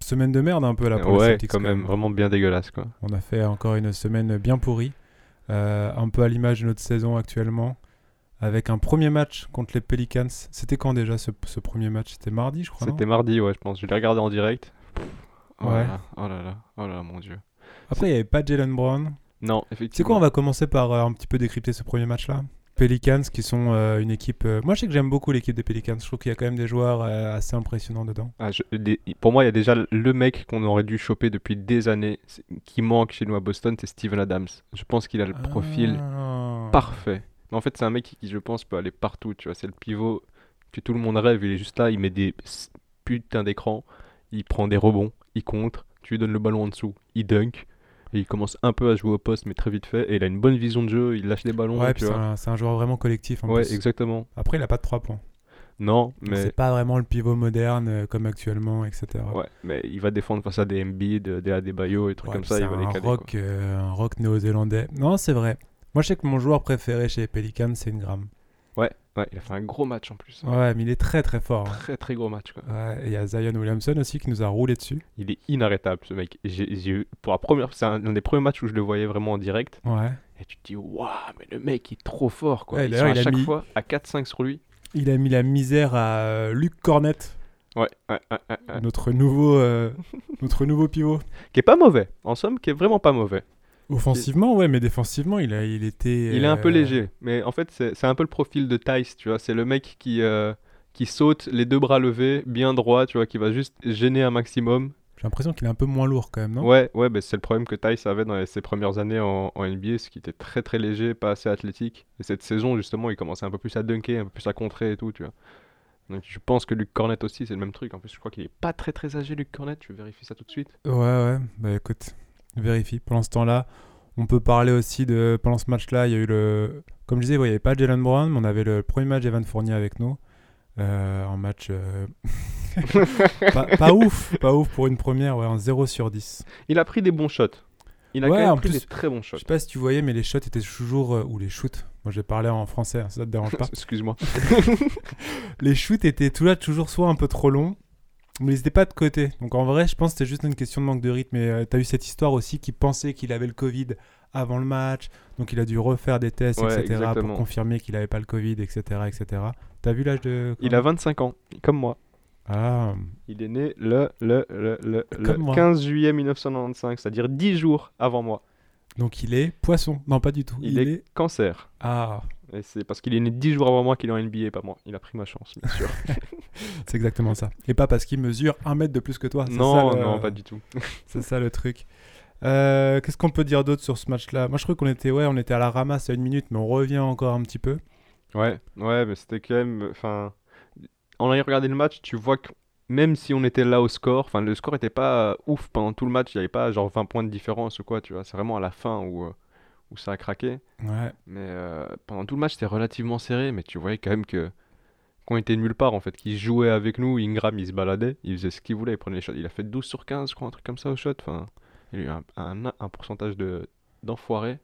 semaine de merde un peu là pour les ouais, Celtics, quand même, vraiment bien dégueulasse quoi. On a fait encore une semaine bien pourrie, euh, un peu à l'image de notre saison actuellement, avec un premier match contre les Pelicans. C'était quand déjà ce, ce premier match C'était mardi, je crois. non C'était mardi, ouais, je pense. Je l'ai regardé en direct. Oh là Ouais. là, oh là là, oh là là, mon dieu. Après, il n'y avait pas Jalen Brown. Non, C'est quoi effectivement. On va commencer par euh, un petit peu décrypter ce premier match-là. Pelicans, qui sont euh, une équipe. euh, Moi, je sais que j'aime beaucoup l'équipe des Pelicans. Je trouve qu'il y a quand même des joueurs euh, assez impressionnants dedans. Ah, je- des- pour moi, il y a déjà le mec qu'on aurait dû choper depuis des années, c'est- qui manque chez nous à Boston, c'est Steven Adams. Je pense qu'il a le profil Ah. parfait. Mais en fait, c'est un mec qui, qui, je pense, peut aller partout. Tu vois, c'est le pivot que tout le monde rêve. Il est juste là, il met des s- putains d'écran, il prend des rebonds, il contre, tu lui donnes le ballon en dessous, il dunk. Et il commence un peu à jouer au poste, mais très vite fait. Et il a une bonne vision de jeu, il lâche des ballons. Ouais, tu puis c'est vois. un, c'est un joueur vraiment collectif. En ouais plus. exactement. Après, il n'a pas de 3 points. Non, Donc, mais C'est pas vraiment le pivot moderne euh, comme actuellement, etc. Ouais, mais il va défendre face à des Embiid, euh, des Adebayo et trucs Ouais, comme puis ça, c'est il va les un caler. rock, euh, un rock néo-zélandais. Non, c'est vrai. Moi, je sais que mon joueur préféré chez les Pelicans, c'est Ingram. quoi. Ouais, ouais, il a fait un gros match en plus. Ouais, mais il est très très fort. hein. Très très gros match quoi. Ouais, et il y a Zion Williamson aussi qui nous a roulé dessus. Il est inarrêtable ce mec. J'ai j'ai eu pour la première, c'est un, un des premiers matchs où je le voyais vraiment en direct Ouais. et tu te dis waouh, mais le mec il est trop fort quoi. Ouais, Ils d'ailleurs, sont il à a chaque mis- fois à 4-5 sur lui. Il a mis la misère à euh, Luc Cornette, Ouais, ouais, ouais, ouais, ouais. notre nouveau, euh, notre nouveau pivot. Qui est pas mauvais. En somme, qui est vraiment pas mauvais. Offensivement, ouais, mais défensivement, il, a, il était. Il est un peu euh, léger, mais en fait, c'est c'est un peu le profil de Tice, tu vois. C'est le mec qui, euh, qui saute les deux bras levés, bien droit, tu vois, qui va juste gêner un maximum. J'ai l'impression qu'il est un peu moins lourd quand même, non Ouais, ouais, bah, c'est le problème que Tice avait dans les- ses premières années en, en NBA, c'est qu'il était très très léger, pas assez athlétique. Et cette saison, justement, il commençait un peu plus à dunker, un peu plus à contrer et tout, tu vois. Donc je pense que Luc Cornet aussi, c'est le même truc. En plus, je crois qu'il est pas très très âgé, Luc Cornet, je vérifie ça tout de suite. Ouais, ouais, bah écoute, vérifie. Pendant ce temps-là, on peut parler aussi de. Pendant ce match-là, il y a eu le. Comme je disais, ouais, il n'y avait pas Jalen Brown, mais on avait le premier match d'Evan Fournier avec nous. Euh, un match. euh, pas, pas ouf, pas ouf pour une première, ouais, un 0 sur 10. Il a pris des bons shots. Il a Ouais, en quand même pris plus- des très bons Je shots. sais pas si tu voyais, mais les shots étaient toujours. euh, ou les shoots. Moi, j'ai parlé en français, hein, ça te dérange pas. Excuse-moi. les shoots étaient tout là, toujours soit un peu trop longs, mais ils n'étaient pas de côté. Donc en vrai, je pense que c'était juste une question de manque de rythme. Et tu as eu cette histoire aussi qui pensait qu'il avait le Covid avant le match, donc il a dû refaire des tests, Ouais, etc., exactement. pour confirmer qu'il n'avait pas le Covid, etc., etc. T'as vu l'âge de... Il a 25 ans, comme moi. Ah, Il est né le, le, le, le, le Comme moi. 15 juillet 1995, c'est-à-dire 10 jours avant moi. donc il est poisson. Non, pas du tout. Il, est, cancer. Ah, Et c'est parce qu'il est né 10 jours avant moi qu'il est en NBA, pas moi. Il a pris ma chance, bien sûr. c'est exactement ça. Et pas parce qu'il mesure un mètre de plus que toi. Ah, c'est non, ça, le- non, pas du tout. C'est ça le truc. Euh, Qu'est-ce qu'on peut dire d'autre sur ce match-là Moi, je crois qu'on était, ouais, on était à la ramasse à une minute, mais on revient encore un petit peu. Ouais, ouais, mais c'était quand même. Enfin, en ayant regardé le match, tu vois que même si on était là au score, enfin, le score était pas euh, ouf pendant tout le match. Il n'y avait pas genre 20 points de différence ou quoi, tu vois. C'est vraiment à la fin où, euh, où ça a craqué. Ouais. Mais euh, pendant tout le match, c'était relativement serré, mais tu voyais quand même que qu'on était nulle part en fait, qu'ils jouaient avec nous, Ingram il se baladait, il faisait ce qu'il voulait, il prenait les shots, il a fait 12 sur 15, je crois, un truc comme ça au shot, enfin, il a eu un, un, un pourcentage de d'enfoiré,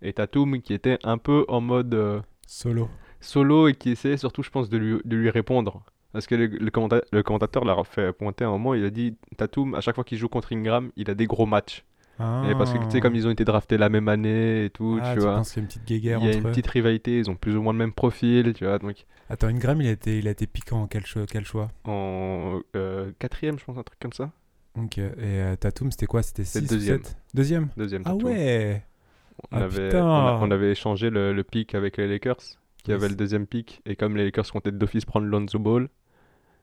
et Tatum qui était un peu en mode euh, Solo. solo et qui essayait surtout, je pense, de lui, de lui répondre, parce que le, le commenta- le commentateur l'a fait pointer un moment, il a dit, Tatum, à chaque fois qu'il joue contre Ingram, il a des gros matchs, et parce que tu sais, comme ils ont été draftés la même année et tout, Ah, tu vois. penses qu'il y a une petite guéguerre Il y a entre une eux. petite rivalité, ils ont plus ou moins le même profil, tu vois. Donc, Attends, Ingram, il a été, il a été piquant en quel, cho- quel choix en euh, quatrième, je pense, un truc comme ça. Ok. Et euh, Tatum, c'était quoi C'était 6 C'est deuxième. ou 7 Deuxième Deuxième. Ah tatou. ouais on, Ah avait, on, putain. a- on avait échangé le, le pick avec les Lakers, qui Yes. avait le deuxième pick. Et comme les Lakers comptaient d'office prendre Lonzo Ball, et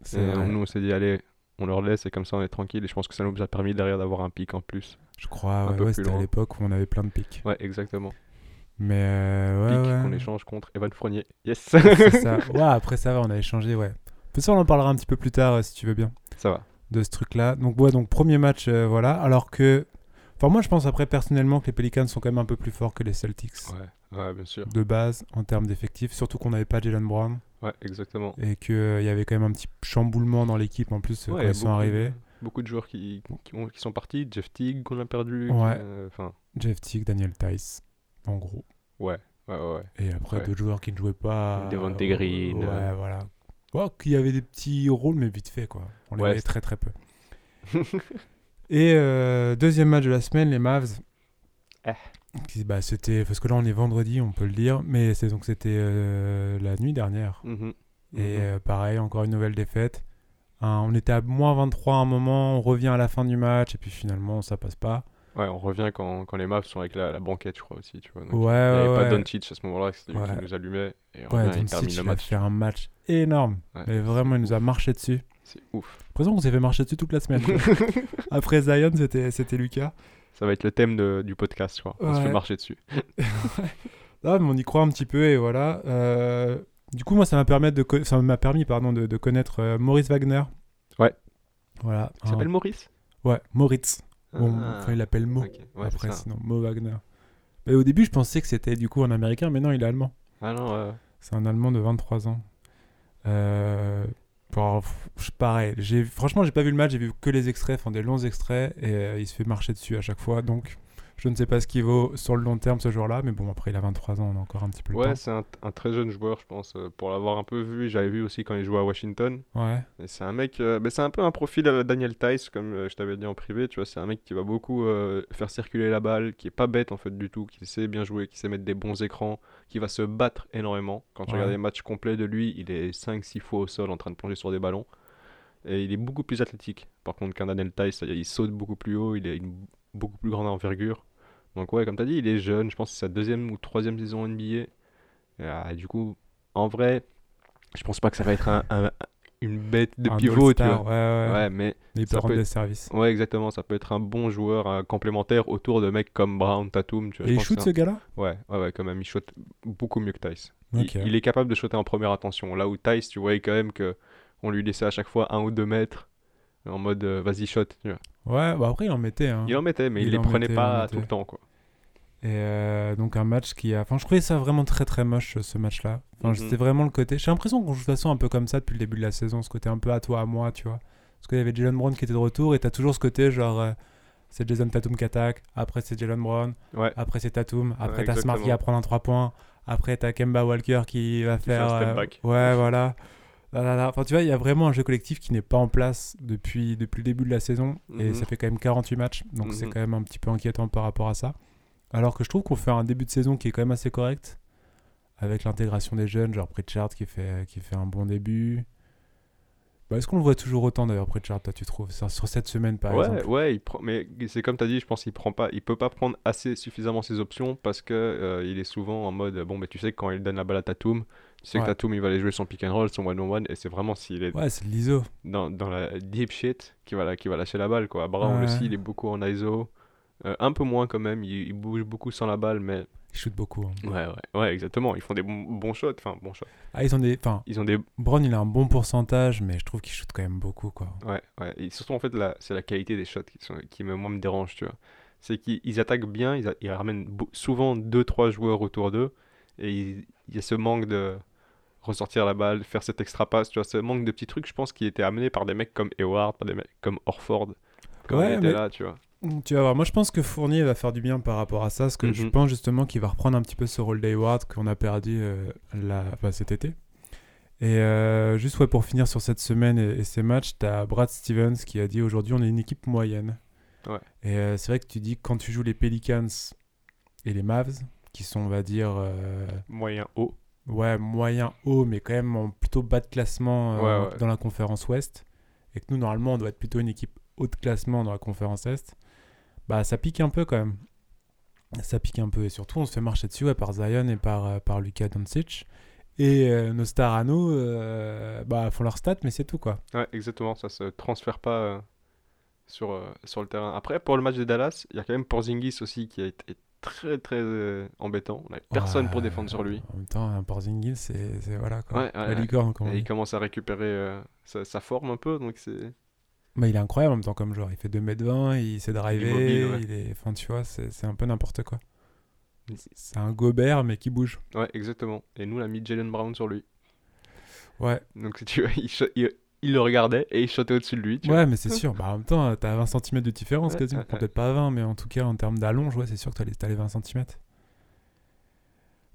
C'est euh, on- vrai. nous on s'est dit, allez, on leur laisse et comme ça on est tranquille. Et je pense que ça nous a permis derrière d'avoir un pick en plus. Je crois, un ouais, peu ouais, plus c'était à loin. l'époque où on avait plein de piques. Ouais, exactement. Mais euh, Pick ouais, ouais. qu'on échange contre Evan Fournier. Yes C'est ça. Ouais, après ça va, on a échangé, ouais. Peut-être ça, on en parlera un petit peu plus tard, euh, si tu veux bien. Ça va. de ce truc-là. Donc, ouais, donc premier match, euh, voilà. Alors que. Enfin, moi, je pense après, personnellement, que les Pelicans sont quand même un peu plus forts que les Celtics. Ouais, ouais, bien sûr. De base, en termes d'effectifs, surtout qu'on n'avait pas Jalen Brown Ouais, exactement. et qu'il y avait quand même un petit chamboulement dans l'équipe en plus euh, Ouais, quand y a ils sont beaucoup- arrivés. Beaucoup de joueurs qui, qui, ont- qui sont partis. Jeff Teague qu'on a perdu. qui- Ouais. euh, Enfin, Jeff Tick, Daniel Tice, en gros. ouais, ouais, ouais. Et après, Ouais. d'autres joueurs qui ne jouaient pas. Devante euh, Green, Ouais, euh. voilà. Ouais, qu'il y avait des petits rôles, mais vite fait, quoi. On les Ouais, voyait c'est- très très peu. Et euh, deuxième match de la semaine, les Mavs. Ah. Qui- bah, c'était parce que là on est vendredi, on peut le dire, mais c'est donc c'était euh, la nuit dernière. Mhm. Et Mhm. euh, pareil, encore une nouvelle défaite. Hein, on était à moins 23 à un moment, on revient à la fin du match, et puis finalement ça passe pas. Ouais, on revient quand, quand les Mavs sont avec la, la banquette, je crois aussi, tu vois. donc Ouais, il n'y ouais, avait ouais. pas Doncic à ce moment-là, que c'était lui Ouais. qui nous allumait. Et on Ouais, revient, il Doncic, termine le il a match. fait un match énorme. Ouais, Mais vraiment, il nous a marché dessus. C'est ouf. J'ai l'impression qu'on s'est fait marcher dessus toute la semaine. quoi. Après Zion, c'était c'était Lucas. Ça va être le thème de- du podcast, quoi. On se fait Ouais. marcher dessus. Là, Ah, mais on y croit un petit peu et voilà. Euh, du coup, moi, ça m'a permis de, co- ça m'a permis, pardon, de, de connaître euh, Maurice Wagner. Ouais. Voilà. Il un- s'appelle Maurice Ouais, Maurice. Bon, Ah, enfin, il l'appelle Mo. ok. Ouais, c'est après, ça. sinon, Mo Wagner. Mais au début, je pensais que c'était du coup un américain, mais non, il est allemand. Ah non, ouais. C'est un allemand de 23 ans. Euh, bon, pff, je- pareil. J'ai, franchement, j'ai pas vu le match, j'ai vu que les extraits, enfin des longs extraits, et euh, il se fait marcher dessus à chaque fois. Donc, je ne sais pas ce qu'il vaut sur le long terme ce joueur-là, mais bon, après, il a 23 ans, on a encore un petit peu le Ouais, c'est un, un très jeune joueur, je pense. euh, Pour l'avoir un peu vu, j'avais vu aussi quand il jouait à Washington. temps. Ouais. Et c'est un mec, euh, ben, c'est un peu un profil euh, Daniel Tice, comme euh, je t'avais dit en privé, tu vois, c'est un mec qui va beaucoup euh, faire circuler la balle, qui est pas bête en fait du tout, qui sait bien jouer, qui sait mettre des bons écrans, qui va se battre énormément. Quand tu Ouais. regardes les matchs complets de lui, il est 5-6 fois au sol en train de plonger sur des ballons. Et il est beaucoup plus athlétique, par contre, qu'un Daniel Tice, c'est-à-dire il saute beaucoup plus haut, il a une beaucoup plus grande envergure. Donc ouais, comme t'as dit, il est jeune, je pense que c'est sa deuxième ou troisième saison NBA. Et, euh, du coup, en vrai, je pense pas que ça va être un- un- une bête de Un pivot, tu all-star, vois. Ouais, ouais. Ouais, mais Mais il peut ça rendre peut des services. ouais, exactement, ça peut être un bon joueur euh, complémentaire autour de mecs comme Brown, Tatum, tu vois. Et je il pense shoot que ce c'est gars-là un- Ouais, ouais, ouais, quand même, il shoot beaucoup mieux que Tice. Il- Ok. Il, est capable de shooter en première attention. Là où Tice, tu voyais quand même que on lui laissait à chaque fois un ou deux mètres en mode euh, vas-y shot, tu vois. Ouais, bah après, il en mettait. hein. Il en mettait, mais il, Il les en prenait mettait, il en pas mettait. tout le temps, quoi. Et euh, donc un match qui a... Enfin, je trouvais ça vraiment très très moche, euh, ce match-là. Enfin, Mhm. c'était vraiment le côté... J'ai l'impression qu'on joue de toute façon un peu comme ça depuis le début de la saison, ce côté un peu à toi, à moi, tu vois. Parce qu'il y avait Jalen Brown qui était de retour, et t'as toujours ce côté genre... euh, c'est Jason Tatum qui attaque, après c'est Jalen Brown, Ouais. après c'est Tatum, après Ouais, t'as Smart qui exactement. va prendre un 3 points, après t'as Kemba Walker qui va fait un faire... step euh, back. Ouais, voilà. Là, là, là. Enfin, tu vois, il y a vraiment un jeu collectif qui n'est pas en place depuis, depuis le début de la saison. Et Mhm. ça fait quand même 48 matchs. Donc, c'est Mhm. quand même un petit peu inquiétant par rapport à ça. Alors que je trouve qu'on fait un début de saison qui est quand même assez correct. Avec l'intégration des jeunes, genre Pritchard qui fait, qui fait un bon début. Bah, Est-ce qu'on le voit toujours autant d'ailleurs, Pritchard, toi, tu trouves Sur- Sur cette semaine, par ouais, exemple. ouais, il prend- mais c'est comme tu as dit, je pense qu'il prend pas, il peut pas prendre assez suffisamment ses options parce que euh, il est souvent en mode bon, mais tu sais que quand il donne la balle à Tatum, tu sais Ouais. que Tatum il va aller jouer son pick and roll, son one on one, et c'est vraiment s'il est Ouais, c'est de l'ISO. dans, dans la deep shit qui va la- qui va lâcher la balle quoi. Brown Ouais. aussi, il est beaucoup en ISO, Euh, un peu moins quand même, il, il bouge beaucoup sans la balle, mais Ils shootent beaucoup. hein. ouais, ouais, ouais, exactement, ils font des bons, bons shots, enfin bons shots. Ah, ils ont des. Enfin, Ils ont des Brown, il a un bon pourcentage, mais je trouve qu'il shoot quand même beaucoup, quoi. Ouais, ouais. Et surtout, en fait, la- c'est la qualité des shots qui, sont, qui me, moi, me dérange, tu vois. C'est qu'ils ils attaquent bien, ils, a- ils ramènent bou- souvent 2-3 joueurs autour d'eux, et il il y a ce manque de ressortir la balle, faire cette extra passe, tu vois, ce manque de petits trucs, je pense, qui était amené par des mecs comme Hayward, par des mecs comme Orford, quand Ouais, il était mais- là, tu vois. Tu vas voir, moi je pense que Fournier va faire du bien par rapport à ça, parce que je Mhm. pense justement qu'il va reprendre un petit peu ce rôle d'Hayward qu'on a perdu euh, la- enfin, cet été. Et euh, juste ouais, pour finir sur cette semaine et, et ces matchs, t'as Brad Stevens qui a dit aujourd'hui on est une équipe moyenne. Ouais. Et euh, c'est vrai que tu dis que quand tu joues les Pelicans et les Mavs, qui sont on va dire euh, Moyen haut. ouais, moyen haut, mais quand même en plutôt bas de classement euh, Ouais, ouais. dans la conférence Ouest, et que nous, normalement, on doit être plutôt une équipe haut de classement dans la conférence Est, bah ça pique un peu quand même. Ça pique un peu, et surtout, on se fait marcher dessus ouais, par Zion et par, euh, par Luka Doncic. Et euh, nos stars à nous euh, bah, font leurs stats, mais c'est tout quoi. Ouais, exactement, ça se transfère pas euh, sur, euh, sur le terrain. Après, pour le match de Dallas, il y a quand même Porzingis aussi qui a été très très euh, embêtant. On n'avait personne pour Ouais, défendre sur lui. En même temps, un Porzingis, c'est c'est- voilà quoi. Ouais, ouais, La ouais. licorne, comme on Et il dit. commence à récupérer euh, sa, sa forme un peu, donc c'est... Bah, il est incroyable en même temps comme joueur. Il fait 2m20, il sait driver, il mobile, ouais. est... Enfin, tu vois, c'est c'est un peu n'importe quoi. Mm. C'est un Gobert, mais qui bouge. Ouais, exactement. Et nous, on a mis Jalen Brown sur lui. Ouais, Donc si tu vois, il, cho- il- il le regardait et il shotait au-dessus de lui. tu vois. ouais mais c'est sûr. Bah, en même temps, t'as 20 cm de différence Ouais, quasiment. ouais, Enfin, ouais. Peut-être pas 20, mais en tout cas, en termes d'allonge, ouais, c'est sûr que t'as les, t'as les 20 cm.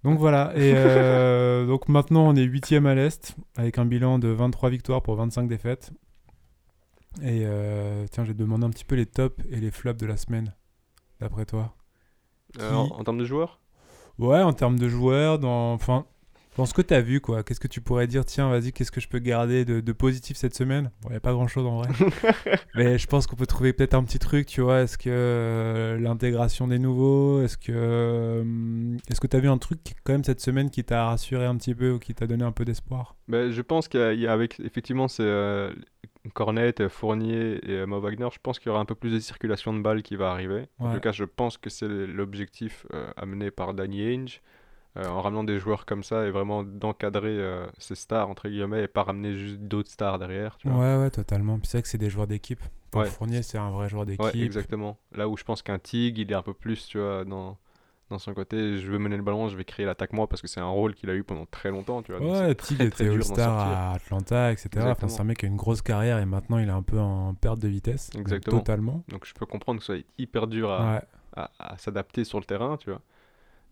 Donc voilà. Et euh, donc maintenant, on est 8 à l'Est, avec un bilan de 23 victoires pour 25 défaites. Et euh, tiens, j'ai demandé un petit peu les tops et les flops de la semaine, d'après toi. Euh, en, en termes de joueurs Ouais, en termes de joueurs, dans, enfin, dans ce que tu as vu, quoi. Qu'est-ce que tu pourrais dire Tiens, vas-y, qu'est-ce que je peux garder de, de positif cette semaine Bon, il a pas grand-chose en vrai. Mais je pense qu'on peut trouver peut-être un petit truc, tu vois. Est-ce que euh, l'intégration des nouveaux Est-ce que euh, est-ce que tu as vu un truc qui- quand même cette semaine qui t'a rassuré un petit peu ou qui t'a donné un peu d'espoir Ben, je pense qu'il y a- il y a avec effectivement c'est euh, Cornette, euh, Fournier et euh, Mo Wagner, je pense qu'il y aura un peu plus de circulation de balles qui va arriver. En Ouais. tout cas, je pense que c'est l'objectif euh, amené par Danny Ainge euh, en ramenant des joueurs comme ça et vraiment d'encadrer euh, ces stars entre guillemets et pas ramener juste d'autres stars derrière, tu vois. Ouais, ouais, totalement. Puis c'est vrai que c'est des joueurs d'équipe. Enfin, Ouais. Fournier, c'est un vrai joueur Ouais, d'équipe. exactement. Là où je pense qu'un Tig, il est un peu plus, tu vois, dans dans son côté, je veux mener le ballon, je vais créer l'attaque moi parce que c'est un rôle qu'il a eu pendant très longtemps, tu vois. donc Ouais, Tig très, très était dur d'en All-Star sortir. à Atlanta, etc. Enfin, c'est un Exactement. mec qui a une grosse carrière et maintenant il est un peu en perte de vitesse. mais Exactement. Ah, Totalement. Donc je peux comprendre que ce soit hyper dur à, Ouais. à, à s'adapter sur le terrain, tu vois.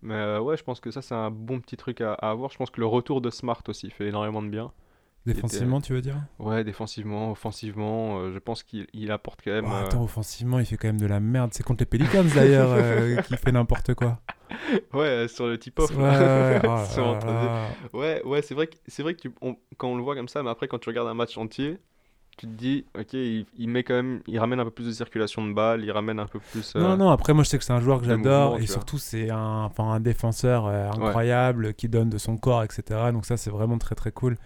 Mais euh, ouais, je pense que ça, c'est un bon petit truc à, à avoir. Je pense que le retour de Smart aussi fait énormément de bien. Défensivement, tu veux dire Ouais, défensivement, offensivement, euh, je pense qu'il il apporte quand même. Oh, euh, attends, offensivement, il fait quand même de la merde. C'est contre les Pelicans d'ailleurs euh, qui fait n'importe quoi. Ouais, euh, sur le tip-off. Ouais, là. ouais, oh là Sur là entre- là. Ouais, ouais, c'est vrai que, c'est vrai que tu- on- quand on le voit comme ça, mais après, quand tu regardes un match entier, tu te dis, ok, il, il met quand même, il ramène un peu plus de circulation de balles, il ramène un peu plus. euh, Non, non, après, moi je sais que c'est un joueur que le j'adore mouvement, et tu vois. surtout c'est un, enfin, un défenseur euh, incroyable qui donne de son corps, etc. Donc ça, c'est vraiment très très cool.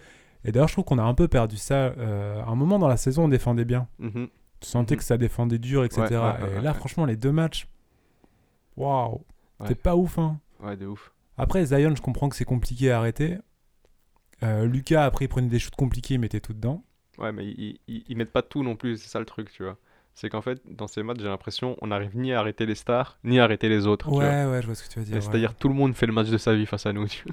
Et d'ailleurs, je trouve qu'on a un peu perdu ça. euh, à un moment dans la saison, on défendait bien. mhm. Tu sentais Mhm. que ça défendait dur, etc. Ouais, ouais, ouais, et ouais, là, ouais. franchement, les deux matchs, waouh, Ouais. c'était pas ouf. Hein. Ouais, de ouf. Après, Zion, je comprends que c'est compliqué à arrêter. Euh, Lucas, après, il prenait des shoots compliqués, il mettait tout dedans. Ouais, mais ils, ils, ils mettent pas tout non plus, c'est ça le truc, tu vois. C'est qu'en fait, dans ces matchs, j'ai l'impression on n'arrive ni à arrêter les stars, ni à arrêter les autres, tu vois. Ouais, ouais, je vois ce que tu veux Et dire. ouais. C'est-à-dire tout le monde fait le match de sa vie face à nous, tu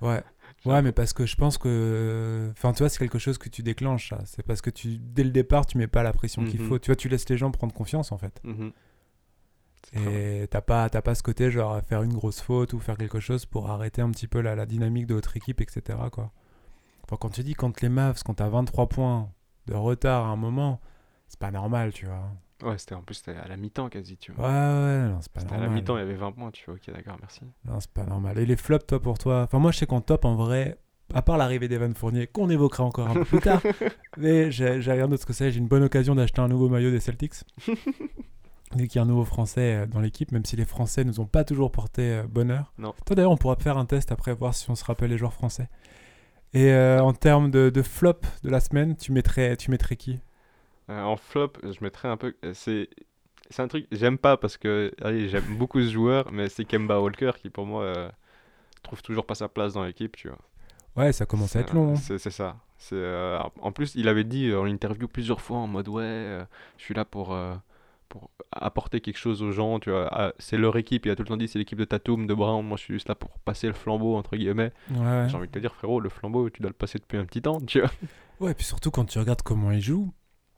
vois. Ouais. J'ai Ouais, mais parce que je pense que. Enfin, tu vois, c'est quelque chose que tu déclenches, ça. C'est parce que tu, dès le départ, tu mets pas la pression qu'il Mhm. faut. Tu vois, tu laisses les gens prendre confiance, en fait. l'impression- Mhm. C'est très vrai. Et t'as pas, t'as pas ce côté, genre, à faire une grosse faute ou faire quelque chose pour arrêter un petit peu la, la dynamique de votre équipe, etc., quoi. Enfin, quand tu dis, quand les Mavs, quand t'as 23 points de retard à un moment, c'est pas normal, tu vois. Ouais, c'était en plus c'était à la mi-temps quasi, tu Ouais, vois. ouais, non, c'est pas C'était à normal. la mi-temps, il y avait 20 points, tu vois. Ok, d'accord, merci. Non, c'est pas normal. Et les flops, toi, pour toi Enfin, moi, je sais qu'en top, en vrai, à part l'arrivée d'Evan Fournier, qu'on évoquera encore un peu plus tard, mais j'ai j'ai rien d'autre que ça. J'ai une bonne occasion d'acheter un nouveau maillot des Celtics. Vu qu'il y a un nouveau Français euh, dans l'équipe, même si les Français nous ont pas toujours porté euh, bonheur. Non. Toi, d'ailleurs, on pourra faire un test après, voir si on se rappelle les joueurs français. Et euh, en termes de, de flop de la semaine, tu mettrais, tu mettrais qui Euh, en flop, je mettrais un peu. euh, C'est c'est un truc, j'aime pas parce que allez, j'aime beaucoup ce joueur, mais c'est Kemba Walker qui pour moi euh, trouve toujours pas sa place dans l'équipe, tu vois. Ouais, ça commence à C'est- être long. hein. C'est c'est ça. C'est, euh, en plus, il avait dit euh, en interview plusieurs fois en mode ouais, euh, je suis là pour, euh, pour apporter quelque chose aux gens. Tu vois, Ah, c'est leur équipe. Il a tout le temps dit c'est l'équipe de Tatum, de Brown. Moi, je suis juste là pour passer le flambeau entre guillemets. Ouais, ouais. J'ai envie de te dire frérot, le flambeau, tu dois le passer depuis un petit temps. Tu vois. Ouais, puis surtout quand tu regardes comment ils jouent,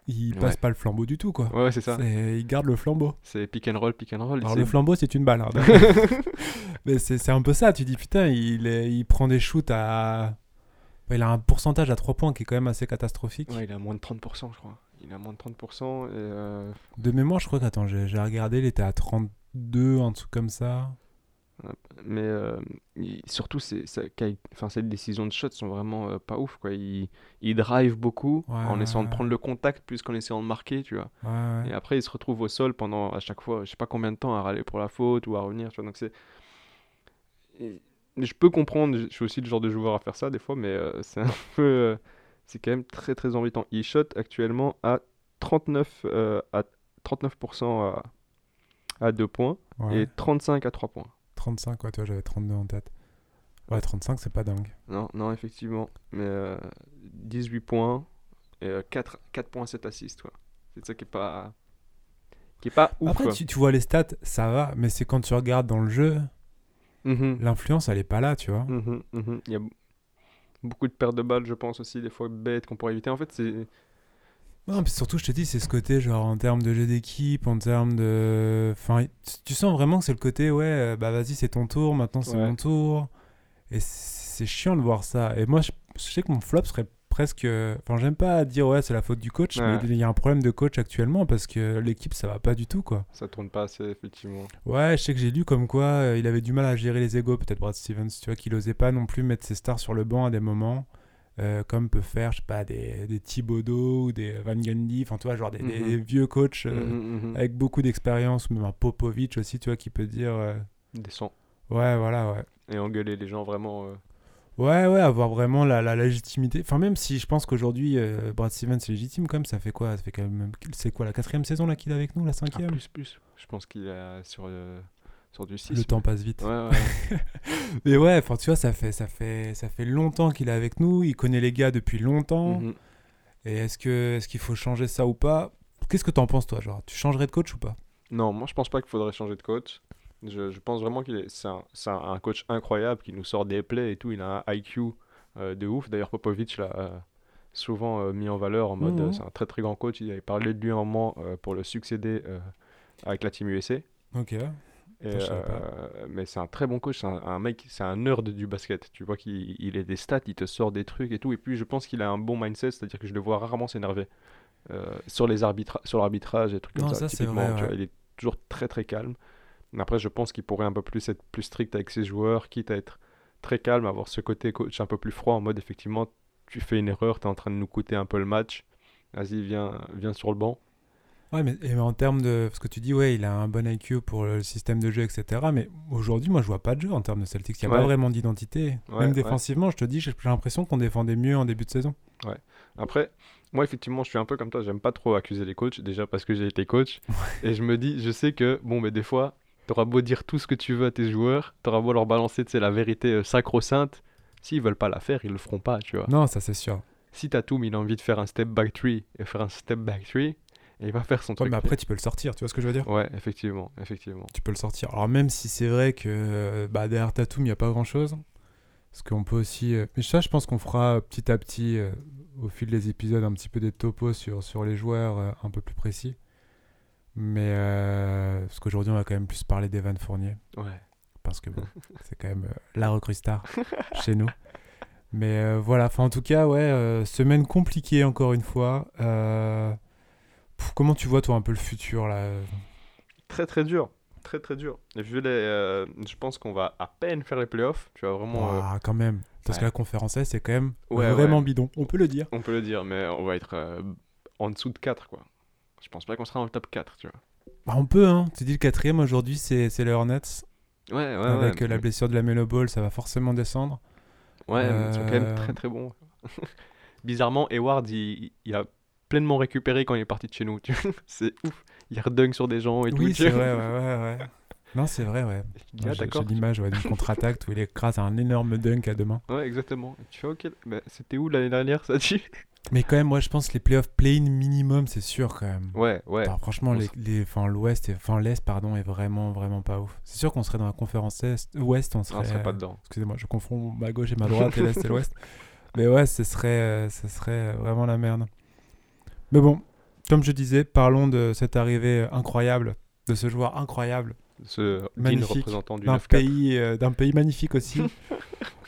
ils Ouais. passent pas le flambeau du tout, quoi. Ouais, ouais, c'est ça. C'est- Ils gardent le flambeau. C'est pick and roll, pick and roll. Alors c'est- le flambeau, c'est une balle. hein. Mais c'est c'est un peu ça. Tu dis putain, il, est- il prend des shoots à. Il a un pourcentage à 3 points qui est quand même assez catastrophique. Ouais, il a moins de 30%, je crois. Il a moins de 30% et euh, De mémoire, je crois que attends, j'ai j'ai regardé, il était à 32, un truc comme ça. mais euh, il- surtout c'est ça- qu'a- enfin ces décisions de shot sont vraiment euh, pas ouf quoi il, il drive beaucoup Ouais, en ouais, essayant de ouais. prendre le contact plus qu'en essayant de marquer tu vois Ouais, ouais. et après il se retrouve au sol pendant à chaque fois je sais pas combien de temps à râler pour la faute ou à revenir tu vois donc c'est et- mais je peux comprendre je je suis aussi le genre de joueur à faire ça des fois mais euh, c'est un peu euh, c'est quand même très très embêtant il shot actuellement à 39 euh, à 39% à à 2 points ouais. et 35 à 3 points 35, ouais, tu vois, j'avais 32 en tête. Ouais, 35, c'est pas dingue. Non, non, effectivement. Mais euh, 18 points et 4, 4 points 7 assists, quoi. C'est ça qui est pas qui est pas ouf. Après, quoi. tu, tu vois les stats, ça va, mais c'est quand tu regardes dans le jeu, Mhm, l'influence, elle est pas là, tu vois. mhm, mhm. Il y a b- beaucoup de pertes de balles, je pense aussi des fois bêtes qu'on pourrait éviter. En fait, c'est Non, puis surtout, je te dis, c'est ce côté, genre, en termes de jeu d'équipe, en termes de. Enfin, tu- tu sens vraiment que c'est le côté, ouais, euh, bah vas-y, c'est ton tour, maintenant c'est Ouais. mon tour. Et c'est chiant de voir ça. Et moi, je, je sais que mon flop serait presque. euh, Enfin, j'aime pas dire ouais, c'est la faute du coach, Ouais. mais il y a un problème de coach actuellement parce que l'équipe, ça va pas du tout, quoi. Ça tourne pas assez, effectivement. Ouais, je sais que j'ai lu comme quoi euh, il avait du mal à gérer les égos, peut-être Brad Stevens, tu vois, qu'il osait pas non plus mettre ses stars sur le banc à des moments, euh, comme peut faire, je sais pas, des, des Thibodeau ou des Van Gundy, enfin, tu vois, genre des, des- Mhm. des vieux coachs euh, Mhm, mhm, mhm. avec beaucoup d'expérience, ou même un Popovic aussi, tu vois, qui peut dire euh, Descends. ouais, voilà, ouais. Et engueuler les gens vraiment. euh, Ouais, ouais, avoir vraiment la, la légitimité. Enfin, même si je pense qu'aujourd'hui, euh, Brad Stevens est légitime, comme ça fait quoi Ça fait quand même. C'est quoi la quatrième saison là qu'il est avec nous La ah, cinquième plus, plus. Je pense qu'il est sur, euh, sur du 6. Le temps passe vite. Ouais, ouais. Mais ouais, enfin, tu vois, ça fait, ça fait, ça fait longtemps qu'il est avec nous. Il connaît les gars depuis longtemps. Mhm. Et est-ce que, est-ce qu'il faut changer ça ou pas Qu'est-ce que t'en penses toi, genre Tu changerais de coach ou pas Non, moi je pense pas qu'il faudrait changer de coach. Je, je pense vraiment qu'il est, c'est un, c'est un- un coach incroyable qui nous sort des plaies et tout. Il a un IQ euh, de ouf. D'ailleurs, Popovic l'a euh, souvent euh, mis en valeur en mode Mhm. euh, c'est un très très grand coach. Il avait parlé de lui en moment euh, pour le succéder euh, avec la team USA. Et, Ok. je savais pas. euh, mais c'est un très bon coach. C'est un, un mec, c'est un nerd du basket. Tu vois qu'il il est des stats, il te sort des trucs et tout. Et puis je pense qu'il a un bon mindset, c'est-à-dire que je le vois rarement s'énerver euh, sur les arbitra- sur l'arbitrage et trucs Non, comme ça. ça, c'est typiquement, vrai, tu ouais. vois, il est toujours très très calme. Mais après, je pense qu'il pourrait un peu plus être plus strict avec ses joueurs, quitte à être très calme, avoir ce côté coach un peu plus froid en mode effectivement, tu fais une erreur, tu es en train de nous coûter un peu le match. Vas-y, viens, viens sur le banc. Ouais, mais et en termes de. Parce que tu dis, ouais, il a un bon IQ pour le système de jeu, etc. Mais aujourd'hui, moi, je vois pas de jeu en termes de Celtics. Il n'y a Ouais. pas vraiment d'identité. Ouais, Même ouais. défensivement, je te dis, j'ai j'ai l'impression qu'on défendait mieux en début de saison. Après, moi, effectivement, je suis un peu comme toi, j'aime pas trop accuser les coachs, déjà parce que j'ai été coach. Et je me dis, je sais que, bon, mais des fois, t'auras beau dire tout ce que tu veux à tes joueurs, t'auras beau leur balancer, tu sais, la vérité euh, sacro-sainte. S'ils veulent pas la faire, ils le feront pas, tu vois. Non, ça, c'est sûr. Si Tatum, il a envie de faire un step back three, et faire un step back three, et il va faire son Ouais, truc. mais après, tu peux le sortir, tu vois ce que je veux dire Ouais, effectivement, effectivement. Tu peux le sortir. Alors, même si c'est vrai que euh, bah, derrière Tatum, il n'y a pas grand chose. Parce qu'on peut aussi. euh, Mais ça, je pense qu'on fera euh, petit à petit, euh, au fil des épisodes, un petit peu des topos sur, sur les joueurs euh, un peu plus précis. Mais. euh, Parce qu'aujourd'hui, on va quand même plus parler d'Evan Fournier. Ouais. parce que bon, c'est quand même euh, la recrue star chez nous. Mais euh, voilà, enfin en tout cas, ouais, euh, semaine compliquée encore une fois. Euh, pff, comment tu vois toi un peu le futur là Très, très dur. Très, très dur. Et vu les. euh, je pense qu'on va à peine faire les playoffs, tu vois, vraiment. euh, Ouah, quand même, parce que ouais. la conférence S c'est quand même Ouais, vraiment ouais. bidon, on peut le dire. On peut le dire, mais on va être euh, en dessous de 4, quoi. Je pense pas qu'on sera dans le top 4, tu vois. Bah, on peut, hein. Tu dis le quatrième aujourd'hui, c'est c'est les Hornets Ouais, ouais, avec euh, la ouais. blessure de la Melo Ball, ça va forcément descendre. Ouais, mais ils sont quand même Euh, très très bons. Bizarrement, Hayward, il, il a pleinement récupéré quand il est parti de chez nous. tu vois. c'est ouf. Il redunk sur des gens et tout. Oui, tu c'est vois. vrai, ouais, ouais, ouais. Non, c'est vrai, ouais. Il dit, Non, ah, J'ai j'ai d'accord. l'image ouais, d'une contre-attaque où il écrase un énorme dunk à deux mains. Ouais, exactement. Et Tu fais, ok, mais c'était où l'année dernière, ça dit Mais quand même, moi, je pense que les playoffs play-in minimum, c'est sûr quand même. Ouais, ouais. Enfin, franchement, on les, s- les- enfin, l'Ouest, et- enfin l'Est, pardon, est vraiment, vraiment pas ouf. C'est sûr qu'on serait dans la conférence Est, Ouest, on Non, serait. on serait pas euh, dedans. Excusez-moi, je confonds ma gauche et ma droite, et l'Est et l'Ouest. Mais ouais, ce serait, euh, ce serait euh, vraiment la merde. Mais bon, comme je disais, parlons de cette arrivée euh, incroyable, de ce joueur incroyable Ce digne magnifique, représentant du d'un 9-4. pays, euh, d'un pays magnifique aussi.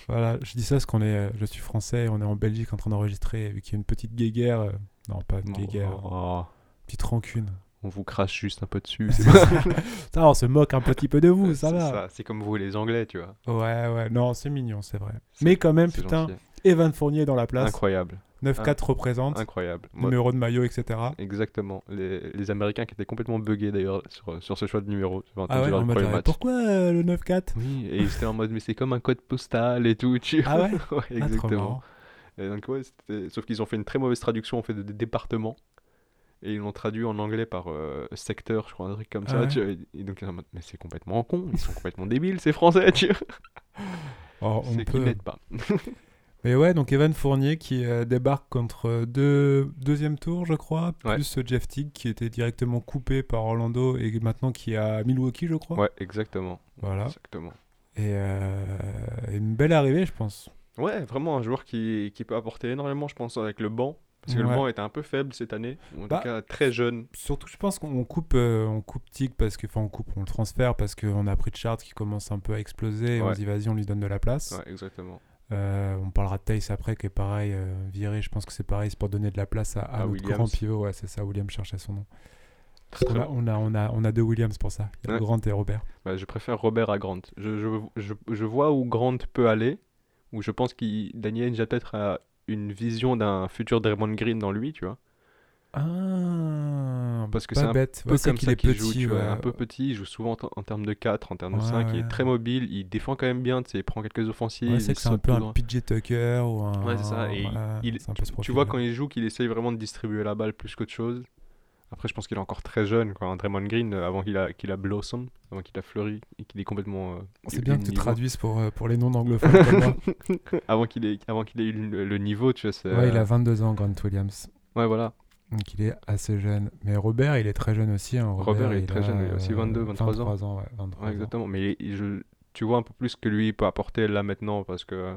voilà, je dis ça parce qu'on est, euh, je suis français, on est en Belgique en train d'enregistrer, vu qu'il y a une petite guéguerre, euh, non pas une guéguerre, Oh, une petite rancune. on vous crache juste un peu dessus. C'est pas- ça, on se moque un petit peu de vous, ça c'est va. C'est comme vous les Anglais, tu vois. Ouais, ouais, non, c'est mignon, c'est vrai. C'est- Mais quand même, C'est putain, gentil. Evan Fournier dans la place, Incroyable. 9-4 représente, Incroyable. Moi, numéro de maillot, etc. Exactement. Les, les Américains qui étaient complètement buggés d'ailleurs sur, sur ce choix de numéro. Ah J'avais entendu ouais, leur en mode, premier genre, match. pourquoi euh, le 9-4 Oui, et ils étaient en mode mais c'est comme un code postal et tout. Tu... Ah ouais Ouais, Ah, trop exactement. marrant. Et donc, ouais, c'était- Sauf qu'ils ont fait une très mauvaise traduction en fait de des départements. Et ils l'ont traduit en anglais par euh, secteur, je crois, un truc comme Ah ça. ouais. tu vois. Et- Et donc, ils sont en mode, mais c'est complètement con, ils sont complètement débiles, ces Français. Tu... vois. Oh, on C'est qu'ils peut... n'aident pas. Mais ouais, donc Evan Fournier qui euh, débarque contre euh, deux, deuxième tour, je crois, Ouais. plus euh, Jeff Teague qui était directement coupé par Orlando et maintenant qui est à Milwaukee, je crois. Ouais, exactement. Voilà. Exactement. Et euh, une belle arrivée, je pense. Ouais, vraiment un joueur qui, qui peut apporter énormément, je pense, avec le banc. Parce que le Ouais. banc était un peu faible cette année, ou en Bah, tout cas très jeune. Surtout, je pense qu'on coupe, euh, on coupe Teague parce que, enfin, on coupe, on le transfère parce qu'on a pris Chart qui commence un peu à exploser. et On Ouais. se dit, vas-y, on lui donne de la place. Ouais, exactement. Euh, on parlera de Tays après, qui est pareil, euh, viré, je pense que c'est pareil, c'est pour donner de la place à, à Ah, notre Williams. grand pivot. Ouais, c'est ça, Williams cherchait son nom. Très, très On a, bon. on, a, on, a, on a deux Williams pour ça. Il y a Ouais. Grant et Robert. Bah, je préfère Robert à Grant. Je, je, je, je vois où Grant peut aller, où je pense qu'il Daniel Ainge a peut-être euh, une vision d'un futur Draymond Green dans lui, tu vois. Ah, Parce que pas c'est un bête. peu Ouais, c'est comme qu'il ça est qu'il petit. joue, tu vois, ouais. un peu petit, il joue souvent en, t- en termes de 4, en termes de Ouais, 5, il ouais. est très mobile, il défend quand même bien, tu sais, il prend quelques offensives, Ouais, c'est il que c'est un saute peu tout un droit. PJ Tucker ou un. Ouais, c'est ça, et voilà, il- c'est un peu ce Tu profil-là. vois quand il joue qu'il essaye vraiment de distribuer la balle plus qu'autre chose. Après, je pense qu'il est encore très jeune, quoi. un Draymond Green, euh, avant qu'il a, qu'il a blossom, avant qu'il a fleuri, et qu'il est complètement... euh, eu Oh, C'est bien le que tu niveau. traduises pour, euh, pour les non-anglophones comme moi. Avant qu'il ait, avant qu'il ait eu le, le niveau, tu vois, c'est... Ouais, il a euh, 22 ans, Grant Williams. Ouais, voilà. Donc il est assez jeune. Mais Robert, il est très jeune aussi. hein. Robert, Robert, il est très a, jeune, il a aussi euh, 22, 23 ans. 23 ans, ouais, 23 Ouais, ans. exactement. Mais il- il- je, tu vois un peu plus que lui peut apporter là maintenant parce que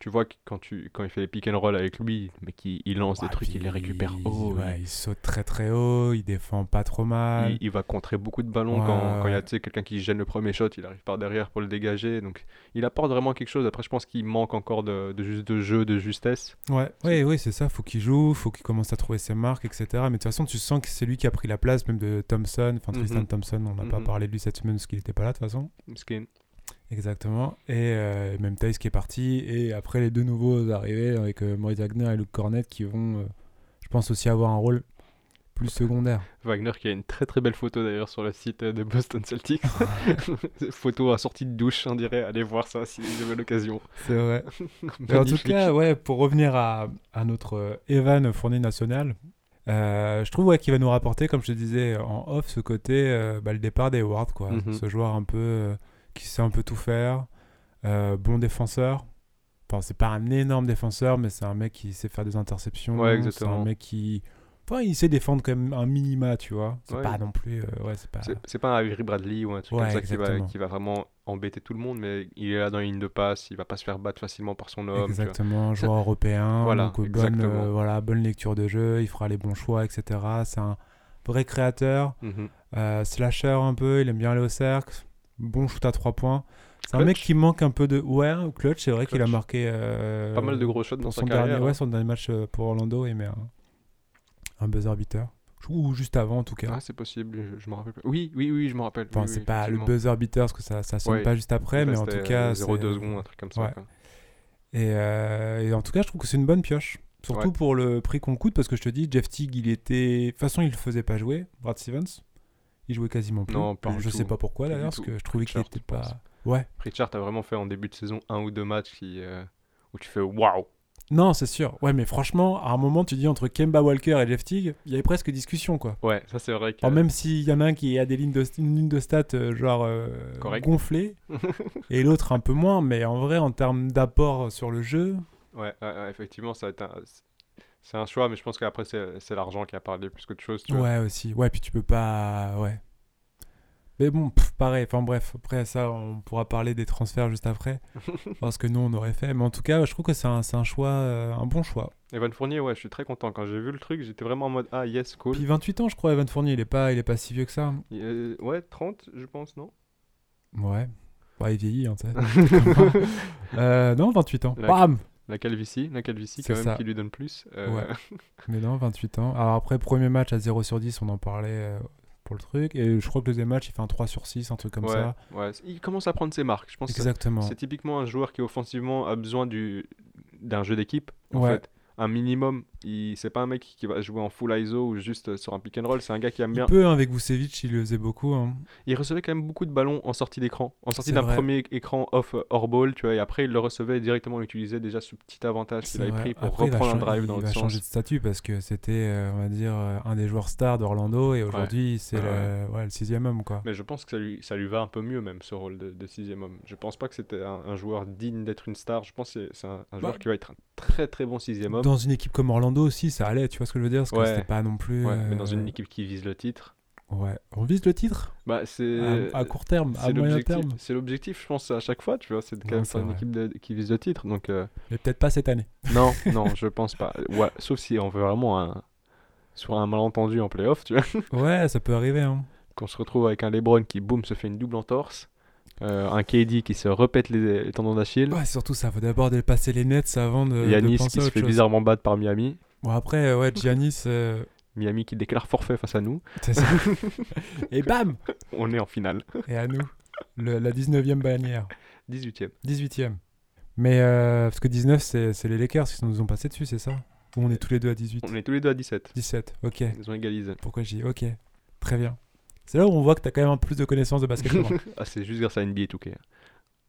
tu vois que quand, tu, quand il fait les pick and roll avec lui, mais qu'il il lance des Ouais, trucs, il les puis récupère il- haut. ouais, il saute très très haut, il défend pas trop il- mal. Il, il va contrer beaucoup de ballons Ouais, quand, quand il y a ouais. tu sais, quelqu'un qui gêne le premier shot, il arrive par derrière pour le dégager. Donc il apporte vraiment quelque chose. Après, je pense qu'il manque encore de, de, juste de jeu, de justesse. Ouais, ouais, ouais, c'est ça. Faut qu'il joue, faut qu'il commence à trouver ses marques, etc. Mais de toute façon, tu sens que c'est lui qui a pris la place, même de Thompson, enfin Tristan Mhm. Thompson. On n'a pas Mhm. parlé de lui cette semaine parce qu'il n'était pas là de toute façon. Skin. Exactement. Et euh, même Thais qui est parti. Et après, les deux nouveaux arrivés avec euh, Maurice Wagner et Luke Cornett qui vont, euh, je pense, aussi avoir un rôle plus secondaire. Wagner qui a une très très belle photo d'ailleurs sur le site euh, de Boston Celtics. photo à sortie de douche, on dirait. Allez voir ça si vous avez l'occasion. C'est vrai. Mais en tout Magnifique. cas, ouais, pour revenir à, à notre euh, Evan Fournier National, euh, je trouve ouais, qu'il va nous rapporter, comme je te disais en off, ce côté, euh, bah, le départ des Ward, quoi. Mhm. Ce joueur un peu euh, qui sait un peu tout faire, euh, bon défenseur. Enfin, c'est pas un énorme défenseur, mais c'est un mec qui sait faire des interceptions. Ouais, c'est un exactement. mec qui. Enfin, il sait défendre quand même un minima, tu vois. C'est Ouais. pas non plus. euh, ouais, c'est pas. C'est c'est pas un Avery Bradley ou un truc Ouais, comme ça qui va, exactement. qui va vraiment embêter tout le monde, mais il est là dans les lignes de passe, il va pas se faire battre facilement par son homme. tu vois. Exactement, Ça- joueur européen, Voilà, donc euh, bonne, exactement. euh, voilà, bonne lecture de jeu, il fera les bons choix, etc. C'est un vrai créateur, Mhm. euh, slasher un peu, il aime bien aller au cercle, bon shoot à 3 points. C'est un mec Clutch. qui manque un peu de... Ouais, un clutch, c'est vrai qu'il a Clutch. marqué... euh, Pas mal de gros shots dans pour sa son carrière. dernier, hein. ouais, son dernier match euh, pour Orlando, il met un, un buzzer beater. Ou juste avant en tout cas. Ah, c'est possible, je, je me rappelle. pas. Oui, oui, oui, je me rappelle. enfin, oui, c'est oui, pas le effectivement. buzzer beater parce que ça, ça sonne Ouais, pas juste après, Il mais en restait, tout cas. euh, c'est- 0,2 secondes, un truc comme ça. Ouais. quoi. Et, euh, et en tout cas, je trouve que c'est une bonne pioche. Surtout Ouais. pour le prix qu'on coûte, parce que je te dis, Jeff Teague, il était. De toute façon, il le faisait pas jouer, Brad Stevens. Il jouait quasiment plus. Non, plus Alors, du je sais tout. pas pourquoi Plus du d'ailleurs, parce tout. que je trouvais qu'il Richard, était je pense. pas. Ouais. Pritchard a vraiment fait en début de saison un ou deux matchs qui, euh, où tu fais waouh! Non, c'est sûr. Ouais, mais franchement, à un moment, tu dis entre Kemba Walker et Jeff Teague, il y avait presque discussion, quoi. Ouais, ça c'est vrai que. Enfin, même s'il y en a un qui a des lignes de, une ligne de stats euh, genre euh, Correct. gonflée et l'autre un peu moins, mais en vrai, en termes d'apport sur le jeu, Ouais, ouais, ouais, effectivement, ça a été un- c'est un choix, mais je pense qu'après c'est c'est l'argent qui a parlé plus qu'autre chose. tu vois. Ouais, aussi. Ouais, puis tu peux pas. Ouais. Mais bon, pff, pareil. Enfin, bref, après ça, on pourra parler des transferts juste après. parce que nous, on aurait fait. Mais en tout cas, je trouve que c'est un, c'est un choix, euh, un bon choix. Evan Fournier, ouais, je suis très content. Quand j'ai vu le truc, j'étais vraiment en mode ah yes, cool. Puis 28 ans, je crois, Evan Fournier, il est pas, il est pas si vieux que ça. Il- euh, ouais, 30, je pense, non Ouais. Bah, il vieillit, hein, tu sais. comme moi. Euh, non, 28 ans. La- Bam La calvitie, la calvitie C'est quand même ça. qui lui donne plus. Euh, Ouais. Mais non, 28 ans. Alors après, premier match à 0 sur 10, on en parlait euh, pour le truc. Et je crois que le deuxième match, il fait un 3 sur 6, un truc comme ouais, ça. ouais. Il commence à prendre ses marques. Je pense que Exactement. c'est typiquement un joueur qui offensivement a besoin du d'un jeu d'équipe. En Ouais. fait, un minimum. Il c'est pas un mec qui va jouer en full ISO ou juste euh, sur un pick and roll. C'est un gars qui aime Il bien. peut, hein, avec Vucevic, il le faisait beaucoup. hein. Il recevait quand même beaucoup de ballons en sortie d'écran, en sortie C'est d'un vrai. premier écran off euh, hors ball, tu vois. Et après, il le recevait et directement, il utilisait déjà ce petit avantage C'est qu'il avait vrai. pris pour Après, il va reprendre un chan- drive dans il le va sens. changer de statut parce que c'était, euh, on va dire, euh, un des joueurs stars d'Orlando et aujourd'hui, c'est Ouais, le, ouais, le sixième homme, quoi. Mais je pense que ça lui, ça lui va un peu mieux même ce rôle de, de sixième homme. Je pense pas que c'était un, un joueur digne d'être une star. Je pense que c'est- c'est un, un joueur qui va être un très très bon sixième homme. Bah, Dans une équipe comme Orlando aussi, ça allait, tu vois ce que je veux dire Parce que Ouais. c'était pas non plus. Ouais, mais dans euh, une équipe qui vise le titre. Ouais. On vise le titre Bah c'est à, à court terme, à c'est moyen l'objectif. terme. C'est l'objectif, je pense à chaque fois, tu vois, c'est de quand Non, même c'est faire une vrai. équipe de- qui vise le titre. Donc euh, Mais peut-être pas cette année. non, non, je pense pas. Ouais, sauf si on veut vraiment un soit un malentendu en playoff, tu vois, ouais, ça peut arriver. Hein. qu'on se retrouve avec un LeBron qui boum se fait une double entorse. Euh, un KD qui se repète les, les tendons d'Achille. Ouais, surtout ça, faut d'abord dépasser les nets avant de. de Yanis penser qui à se autre fait chose. bizarrement battre par Miami. Bon, après, euh, ouais, Giannis. euh, Miami qui déclare forfait face à nous. c'est ça. Et bam On est en finale. Et à nous. Le- la 19e bannière. 18ème. 18e. Mais euh, parce que 19, c'est c'est les Lakers qui nous ont passé dessus, c'est ça Ou on est tous les deux à 18 On est tous les deux à 17. 17, ok. Ils ont égalisé. Pourquoi j'ai Ok, très bien. C'est là où on voit que t'as quand même un plus de connaissances de basket que moi. Ah, c'est juste grâce à NBA 2K.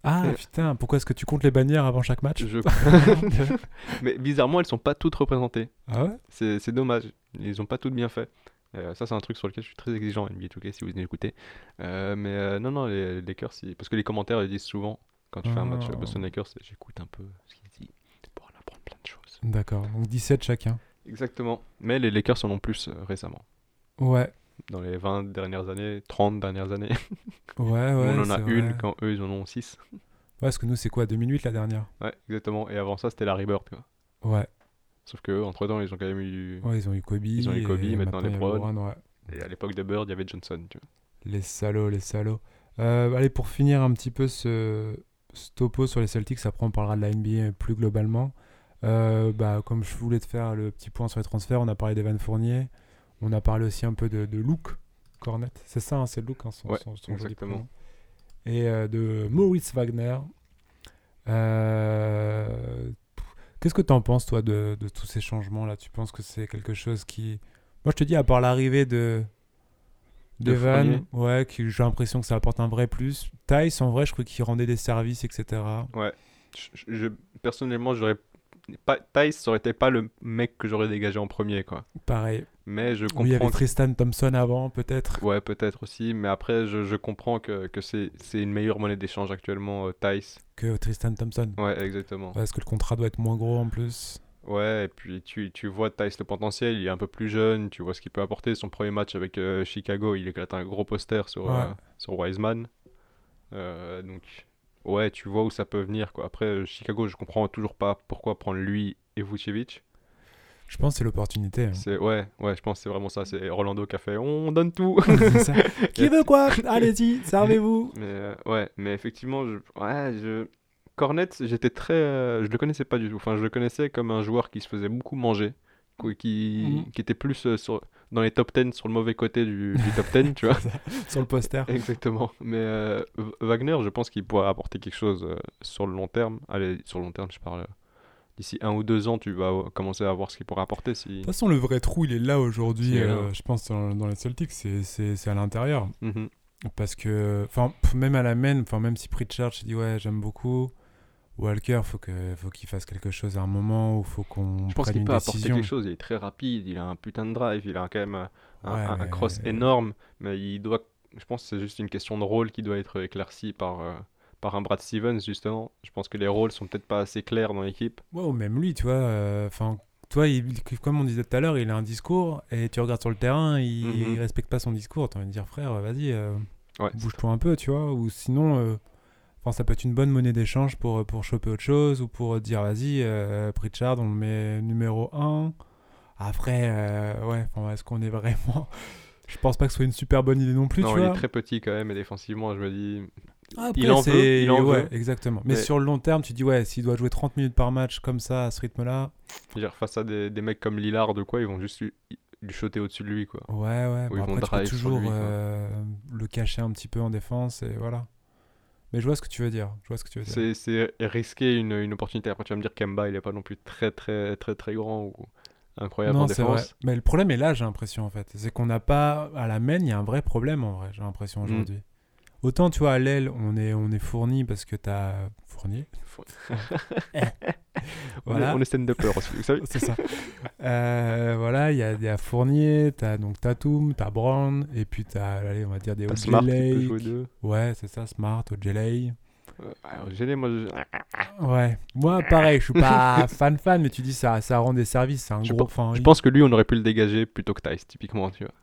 Ah Ouais. putain, pourquoi est-ce que tu comptes les bannières avant chaque match Je- Mais bizarrement, elles sont pas toutes représentées. Ah ouais C'est c'est dommage. Ils ont pas toutes bien fait. Euh, ça, c'est un truc sur lequel je suis très exigeant, NBA 2K, si vous écoutez. Euh, mais euh, non, non, les, les Lakers, ils- parce que les commentaires, ils disent souvent, quand tu fais un match Ah. Boston-Lakers, j'écoute un peu ce qu'ils disent pour en apprendre plein de choses. D'accord, donc 17 chacun. Exactement. Mais les Lakers en ont plus euh, récemment. Ouais, Dans les 20 dernières années, 30 dernières années, ouais, ouais. on en a c'est une vrai. Ouais, quand eux, ils en ont 6. parce que nous, c'est quoi 2008 la dernière Ouais, exactement. Et avant ça, c'était la Rebirth. quoi. Ouais, Sauf que entre temps, ils ont quand même eu. ouais, ils ont eu Kobe. Ils ont eu et Kobe, maintenant, il y a les Browns. Lebron, ouais. Et à l'époque de Bird, il y avait Johnson. Tu vois. Les salauds, les salauds. Euh, allez, pour finir un petit peu ce, ce topo sur les Celtics, après on parlera de la NBA plus globalement. Euh, bah, comme je voulais te faire le petit point sur les transferts, on a parlé d'Evan Fournier, on a parlé aussi un peu de, de Luke Cornet, c'est ça, hein, c'est Luke, hein, son, Ouais, son- son joli exactement. prénom. Et euh, de Maurice Wagner. Euh, pff, Qu'est-ce que tu en penses, toi, de, de tous ces changements-là Tu penses que c'est quelque chose qui. Moi, je te dis, à part l'arrivée de. De Devan, ouais, qui- j'ai l'impression que ça apporte un vrai plus. Tice, en vrai, je crois qu'il rendait des services, etc. Je- je- je- personnellement, j'aurais. Pas, Tice, ça aurait été pas le mec que j'aurais dégagé en premier, quoi. Pareil. Mais je Oui, il y avait comprends. que- Tristan Thompson avant, peut-être. Ouais, peut-être aussi. Mais après, je, je comprends que, que c'est c'est une meilleure monnaie d'échange actuellement, euh, Tice. Que Tristan Thompson. Ouais, exactement. Parce que le contrat doit être moins gros en plus. Ouais, et puis tu, tu vois Tice le potentiel, il est un peu plus jeune, tu vois ce qu'il peut apporter. Son premier match avec euh, Chicago, il éclate un gros poster sur, Ouais. euh, sur Wiseman. Euh, donc, ouais, tu vois où ça peut venir, quoi. Après, euh, Chicago, je comprends toujours pas pourquoi prendre lui et Vucevic. Je pense que c'est l'opportunité. hein. C'est, ouais, ouais, je pense que c'est vraiment ça. C'est Rolando qui a fait on donne tout. C'est ça. Qui veut quoi Allez-y, servez-vous. Mais euh, ouais, mais effectivement, je... ouais, je... Cornet, j'étais très, euh, je le connaissais pas du tout. Enfin, je le connaissais comme un joueur qui se faisait beaucoup manger, qui, qui, Mhm. qui était plus euh, sur... dans les top 10 sur le mauvais côté du, du top 10, tu vois. Sur le poster. Exactement. Mais euh, V- Wagner, je pense qu'il pourrait apporter quelque chose euh, sur le long terme. Allez, sur le long terme, je parle. euh, D'ici un ou deux ans, tu vas euh, commencer à voir ce qu'il pourrait apporter. De Si... toute façon, le vrai trou, il est là aujourd'hui, C'est là. euh, je pense, dans, dans les Celtics. C'est- C'est c'est à l'intérieur. Mhm. Parce que, enfin, pff, même à la main, enfin, même si Pritchard, je dis ouais, j'aime beaucoup. Walker, faut que, faut qu'il fasse quelque chose à un moment ou faut qu'on Je pense prenne qu'il une peut apporter décision. quelque chose. Il est très rapide, il a un putain de drive, il a quand même euh, un, Ouais, un- un mais- cross énorme, mais il doit. Je pense que c'est juste une question de rôle qui doit être éclaircie par, euh, par un Brad Stevens, justement. Je pense que les rôles sont peut-être pas assez clairs dans l'équipe. Ouais, ou même lui, tu vois. euh, Enfin, toi, il- comme on disait tout à l'heure, il a un discours et tu regardes sur le terrain, il, Mhm. il respecte pas son discours. T'as envie de dire, frère, vas-y, euh, Ouais, c'est- bouge-toi un peu, tu vois. Ou sinon, euh, enfin, ça peut être une bonne monnaie d'échange pour, euh, pour choper autre chose ou pour dire, vas-y, euh, Pritchard, on le met numéro 1. Après, euh, ouais, enfin, est-ce qu'on est vraiment. Je pense pas que ce soit une super bonne idée non plus, non, tu il vois. est très petit quand même, et défensivement, je me dis. Après, Il en c'est- veut, il en ouais, veut. exactement. Mais, Mais- sur le long terme, tu dis, ouais, s'il doit jouer 30 minutes par match comme ça, à ce rythme-là, je veux dire, face à des, des mecs comme Lillard ou quoi, ils vont juste lui, lui shotter au-dessus de lui, quoi. ouais, ouais. bon, Ou ils vont après, tu peux drive sur toujours lui, quoi. euh, le cacher un petit peu en défense et voilà. Mais je vois ce que tu veux dire. Je vois ce que tu veux dire. C'est c'est risquer une, une opportunité. Après, tu vas me dire Kemba, il est pas non plus très, très, très, très grand ou incroyable en Non, c'est vrai. défense. Mais le problème est là, j'ai l'impression, en fait. C'est qu'on n'a pas. À la main, il y a un vrai problème, en vrai, j'ai l'impression, Mm. aujourd'hui. Autant, tu vois, à l'aile, on est, on est fourni parce que t'as. Fourni Faut- On est- Voilà. On est stand-upper aussi, vous savez. C'est ça. Euh, voilà, il y a, il y a Fournier, t'as donc Tatum, t'as Brown, et puis t'as, allez, on va dire des T'as Smart qui peut Ojeley. jouer deux. Ouais, c'est ça, Smart, Ojeley. Euh, alors, Gélé, moi, je... Ah, Ouais, moi pareil, je suis pas fan fan, mais tu dis ça, ça rend des services, c'est un Je gros. pe- enfin, je il- pense que lui, on aurait pu le dégager plutôt que Tice, typiquement, tu vois.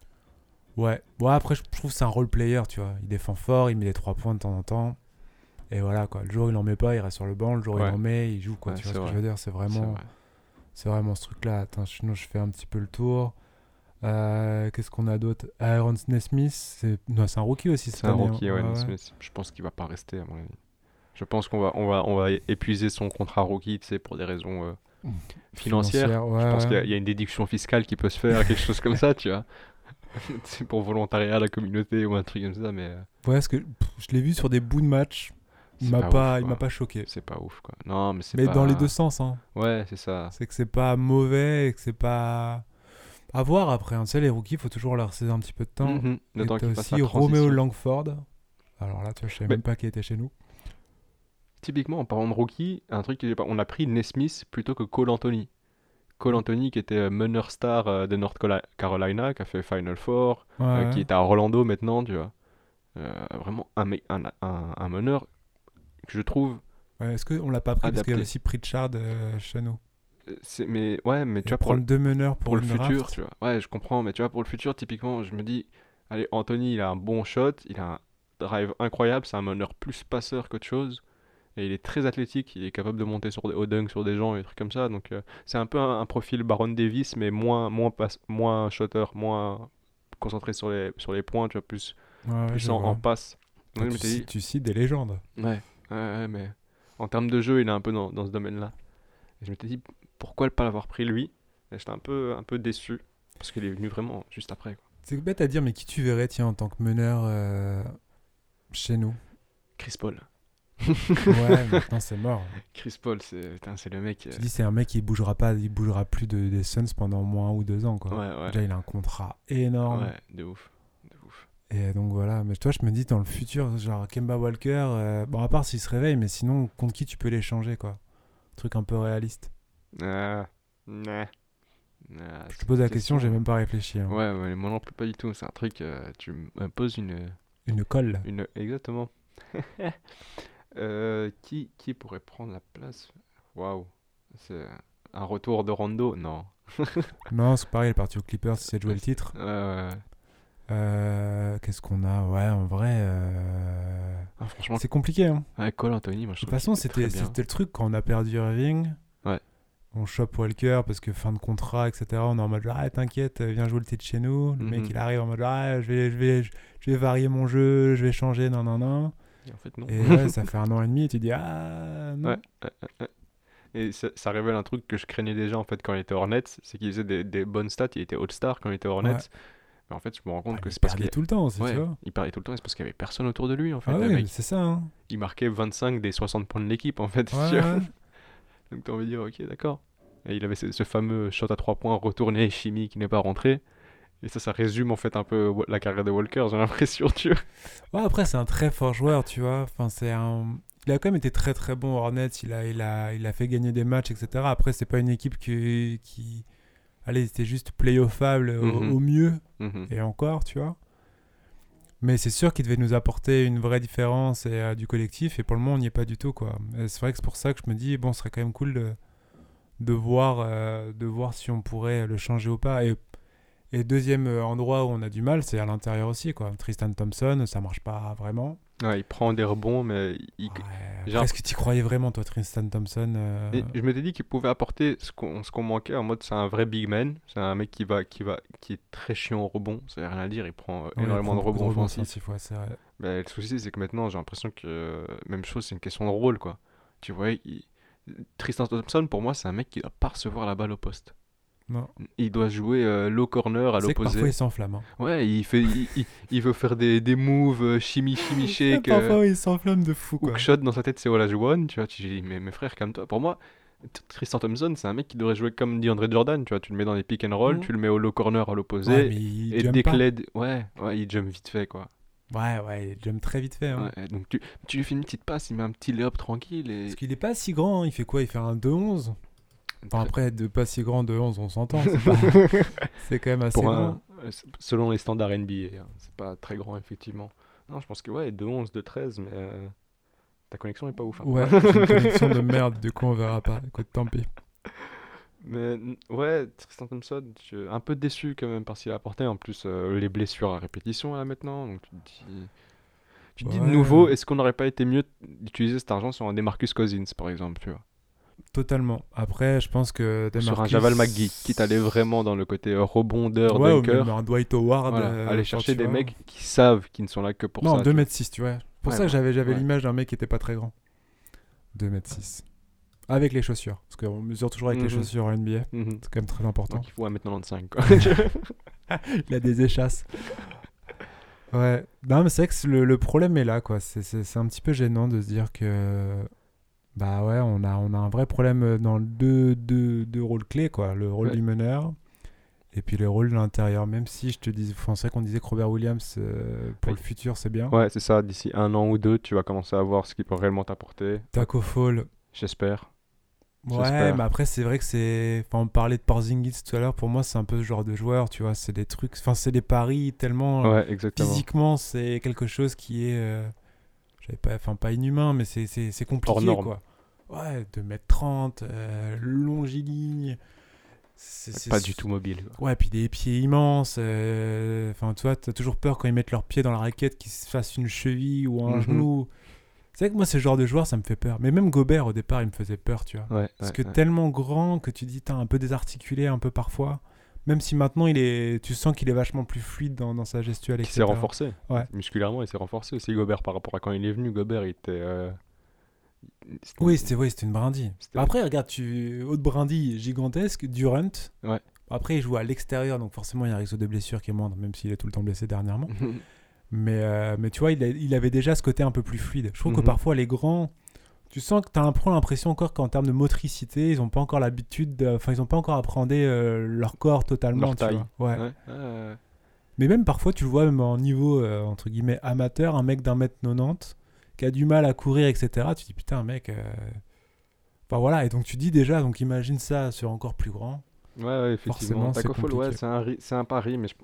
Ouais, bon après je je trouve que c'est un role player, tu vois. Il défend fort, il met des trois points de temps en temps. Et voilà quoi, le jour où il en met pas, il reste sur le banc, le jour où Ouais. il en met, il joue quoi. Ouais, tu vois c'est ce que je vrai. veux dire, c'est C'est vraiment, vrai. c'est vraiment ce truc là. Attends, sinon je fais un petit peu le tour. Euh, Qu'est-ce qu'on a d'autre Euh, Aaron Nesmith, c'est non, c'est un rookie aussi cette C'est un année, hein. rookie, ouais, Ouais, ouais. Nesmith. Je pense qu'il va pas rester, à mon avis. Je pense qu'on va, on va, on va épuiser son contrat rookie, tu sais, pour des raisons euh, financières. ouais, Je pense qu'il y a- ouais. il y, a une déduction fiscale qui peut se faire, quelque chose comme ça, tu vois. C'est pour volontariat à la communauté ou un truc comme ça, mais euh, Ouais, parce que pff, je l'ai vu sur des bouts de match. Il C'est m'a pas pas, ouf, il m'a quoi. pas choqué. c'est pas ouf, quoi. Non, mais c'est Mais pas- dans les deux sens, hein. Ouais, c'est ça. c'est que c'est pas mauvais et que c'est pas à voir après. hein. Tu sais, les rookies, faut toujours leur céder un petit peu de temps. Mhm. Le Et temps t'as qu'il fasse la aussi Romeo transition. Langford. Alors là, tu vois, je savais Mais- même pas qui était chez nous. Typiquement, en parlant de rookie, un truc que j'ai pas... on a pris Nesmith plutôt que Cole Anthony. Cole Anthony qui était euh, meneur star euh, de North Cola- Carolina, qui a fait Final Four, Ouais, euh, ouais. qui est à Orlando maintenant, tu vois. Euh, vraiment un, mec- un, un, un meneur que je trouve. Ouais, Est-ce qu'on l'a pas pris parce qu'il y a Adapté. aussi Pritchard euh, chez nous euh, c'est- Mais ouais, mais tu Et vois, pour, prendre deux meneurs pour, pour le une draft, futur, tu vois. Ouais, je comprends, mais tu vois, pour le futur, typiquement, je me dis, allez, Anthony, il a un bon shot, il a un drive incroyable, c'est un meneur plus passeur qu'autre chose, et il est très athlétique, il est capable de monter sur des hauts dunks, sur des gens, et des trucs comme ça, donc euh, c'est un peu un, un profil Baron Davis, mais moins, moins, passe- moins shotter, moins concentré sur les, sur les points, tu vois, plus, Ouais, ouais, plus je en, vois. en passe. Ah, Ouais, tu, mais t'as ci- dit- tu cites des légendes. Ouais, ouais, ouais, mais en termes de jeu, il est un peu dans, dans ce domaine-là. Et je m'étais dit, pourquoi pas l'avoir pris lui Et j'étais un peu, un peu déçu, parce qu'il est venu vraiment juste après. quoi. C'est bête à dire, mais qui tu verrais, tiens, en tant que meneur euh, chez nous Chris Paul. Ouais, maintenant c'est mort. Chris Paul, c'est putain, c'est le mec. euh, Tu dis, c'est un mec qui bougera pas, il bougera plus de, des Suns pendant au moins un ou deux ans, quoi. Ouais, ouais. Déjà, il a un contrat énorme. Ouais, de ouf. De ouf. Et donc voilà, mais toi je me dis dans le futur, genre Kemba Walker, euh, bon à part s'il se réveille, mais sinon contre qui tu peux l'échanger quoi Truc un peu réaliste. Ah, nah. Ah, Je te cette pose la question, j'ai même pas réfléchi. hein. Ouais, ouais, moi non plus, pas du tout. C'est un truc, euh, tu me poses une, Une colle. Une... Exactement. Euh, qui, qui pourrait prendre la place Waouh. C'est un retour de Rondo Non. Non, c'est pareil, il est parti aux Clippers, il sait jouer le titre. Euh, Euh, Qu'est-ce qu'on a Ouais, en vrai, euh, ah, franchement, c'est compliqué. hein. ouais, Cole Anthony, moi De je toute trouve qu'il façon, était très c'était bien. c'était le truc quand on a perdu Irving. Ouais. On chope Walker parce que fin de contrat, etc. On est en mode genre, ah, t'inquiète, viens jouer le titre chez nous. Le mec Mhm. il arrive en mode ah, je vais, je vais, je vais varier mon jeu, je vais changer, non, non, non. Et En fait, non. Et ouais, ça fait un an et demi et tu dis ah non. Ouais. Et ça, ça révèle un truc que je craignais déjà en fait quand il était Hornets, c'est qu'il faisait des, des bonnes stats, il était All-Star quand il était Hornets. Ouais. Mais en fait, je me rends compte Ah, que il c'est parce perdait qu'il tout le temps aussi, ouais, tu vois. il parlait tout le temps, et c'est parce qu'il y avait personne autour de lui en fait. Ah Le oui, mec, mais c'est ça. hein. il marquait 25 des 60 points de l'équipe en fait. tu Ouais, vois. ouais. Donc t'as envie de dire, ok, d'accord. Et il avait ce, ce fameux shot à trois points retourné chimie qui n'est pas rentré. Et ça, ça résume en fait un peu wa- la carrière de Walker, j'ai l'impression, tu vois. Ouais, après c'est un très fort joueur, tu vois. Enfin, c'est un... Il a quand même été très très bon aux Hornets. Il a, il a, il a fait gagner des matchs, etc. Après c'est pas une équipe qui, qui... allez, c'était juste playoffable au, Mhm. au mieux. Mhm. et encore, tu vois. Mais c'est sûr qu'il devait nous apporter une vraie différence et euh, du collectif, et pour le moment, on n'y est pas du tout, quoi. Et C'est vrai que c'est pour ça que je me dis, bon, ce serait quand même cool de, de voir, euh, de voir si on pourrait le changer ou pas. Et, et deuxième euh, endroit où on a du mal, c'est à l'intérieur aussi, quoi. Tristan Thompson, ça marche pas vraiment. Ouais, il prend des rebonds, mais il- Ouais, genre- Est-ce que tu croyais vraiment, toi, Tristan Thompson euh, Et je m'étais dit qu'il pouvait apporter ce qu'on ce qu'on manquait en mode c'est un vrai big man, c'est un mec qui va qui va qui est très chiant au rebond, ça veut rien à dire, il prend euh, ouais, énormément prendre de beaucoup rebonds offensifs. ouais, c'est vrai. Mais le souci c'est que maintenant j'ai l'impression que euh, même chose c'est une question de rôle quoi. Tu vois, il- Tristan Thompson pour moi c'est un mec qui doit pas recevoir la balle au poste. Non. Il doit jouer euh, low corner à C'est que parfois, l'opposé. il s'enflamme. hein. Ouais, il fait il, il- il veut faire des, des moves euh, chimie chimie shake. euh, Parfois, il s'enflamme de fou, quoi. Hookshot dans sa tête, c'est Olajuwon, tu vois. Tu dis, mais, mais frère, calme-toi. Pour moi, T- Tristan Thompson, c'est un mec qui devrait jouer comme DeAndre Jordan, tu vois. Tu le mets dans les pick and roll, Mhm. tu le mets au low corner à l'opposé. Ouais, mais il et jump dès que pas. l'aide- ouais, ouais, il jump vite fait, quoi. Ouais, ouais, il jump très vite fait. hein. Ouais, donc tu, tu lui fais une petite passe, il met un petit layup tranquille et. Parce qu'il est pas si grand, hein. il fait quoi Il fait un 2-11 Enfin après, de pas si grand, 2-11, on s'entend, c'est pas- c'est quand même assez Pour grand. un- euh, s- selon les standards NBA, hein. c'est pas très grand, effectivement. Non, je pense que ouais, de 11, de 13, mais euh, ta connexion est pas ouf. hein. Ouais, j'ai une connexion de merde, du coup on verra pas. Écoute, tant pis. Mais n- ouais, Tristan Thompson, je- un peu déçu quand même par ce qu'il a apporté. En plus, euh, les blessures à répétition là maintenant. Donc tu te dis, tu te dis de Ouais. nouveau, est-ce qu'on n'aurait pas été mieux d'utiliser cet argent sur un Demarcus Cousins par exemple, tu vois Totalement. Après, je pense que Sur un Demarcus- Javal McGee, quitte à aller vraiment dans le côté euh, rebondeur, ouais, ou dunker. même un Dwight Howard. Voilà, euh, aller enfin, chercher tu des vois. mecs qui savent qu'ils ne sont là que pour Non, ça. 2 tu vois. m 6, tu vois. Pour Ouais, ça, ouais, j'avais j'avais ouais. l'image d'un mec qui était pas très grand. 2 m 6. Avec les chaussures. Parce qu'on mesure toujours avec les Mhm. chaussures en NBA. Mhm. C'est quand même très important. Donc il faut 1m95. Quoi. Il a des échasses. ouais. Non, mais c'est vrai que c'est le, le problème est là, quoi. C'est- C'est c'est un petit peu gênant de se dire que. Bah ouais, on a, on a un vrai problème dans deux, deux, deux rôles clés, quoi. Le rôle Ouais. du meneur et puis le rôle de l'intérieur. Même si je te dis. Enfin, c'est vrai qu'on disait que Robert Williams, euh, pour Oui. le futur, c'est bien. ouais, c'est ça. D'ici un an ou deux, tu vas commencer à voir ce qu'il peut réellement t'apporter. Taco Fall. J'espère. Ouais, J'espère. mais après, c'est vrai que c'est. Enfin, on parlait de Porzingis tout à l'heure. Pour moi, c'est un peu ce genre de joueur, tu vois. C'est des trucs. Enfin, c'est des paris tellement. euh, Ouais, exactement. physiquement, c'est quelque chose qui est. euh, j'avais pas. Enfin, pas inhumain, mais c'est, c'est, c'est Hors compliqué, norme. quoi. Ouais, 2m30, euh, longiligne. C'est, c'est- Pas du tout mobile. quoi. Ouais, puis des pieds immenses. euh, Enfin, tu vois, t'as toujours peur quand ils mettent leurs pieds dans la raquette qu'ils se fassent une cheville ou un Mhm. genou. C'est vrai que moi, ce genre de joueur, ça me fait peur. Mais même Gobert, au départ, il me faisait peur, tu vois. Ouais, Parce ouais, que ouais. tellement grand que tu dis, t'as un peu désarticulé un peu parfois. Même si maintenant, il est, tu sens qu'il est vachement plus fluide dans, dans sa gestuelle. Qui etc. s'est renforcé. Ouais. Musculairement, il s'est renforcé aussi, Gobert, par rapport à quand il est venu. Gobert, il était. euh, c'était- Oui, c'était oui, c'était une brindille. C'était- Après, regarde, tu haute brindille gigantesque, Durant. Ouais. Après, il joue à l'extérieur, donc forcément, il y a un risque de blessure qui est moindre, même s'il est tout le temps blessé dernièrement. Mais, euh, mais tu vois, il, a- il avait déjà ce côté un peu plus fluide. Je trouve Mhm. que parfois, les grands, tu sens que tu as un peu l'impression encore qu'en termes de motricité, ils n'ont pas encore l'habitude, de- enfin, ils n'ont pas encore appréhendé euh, leur corps totalement. Leur tu taille. vois. Ouais. Ouais, ouais. Mais même parfois, tu le vois, même en niveau, euh, entre guillemets, amateur, un mec d'un mètre 90 qui a du mal à courir, etc. Tu dis, putain, mec. euh, Enfin voilà, et donc tu dis déjà, donc imagine ça sur encore plus grand. Ouais, ouais, effectivement. Forcément, c'est Taco Fall, ouais, compliqué. c'est un, ri- c'est un pari, mais je-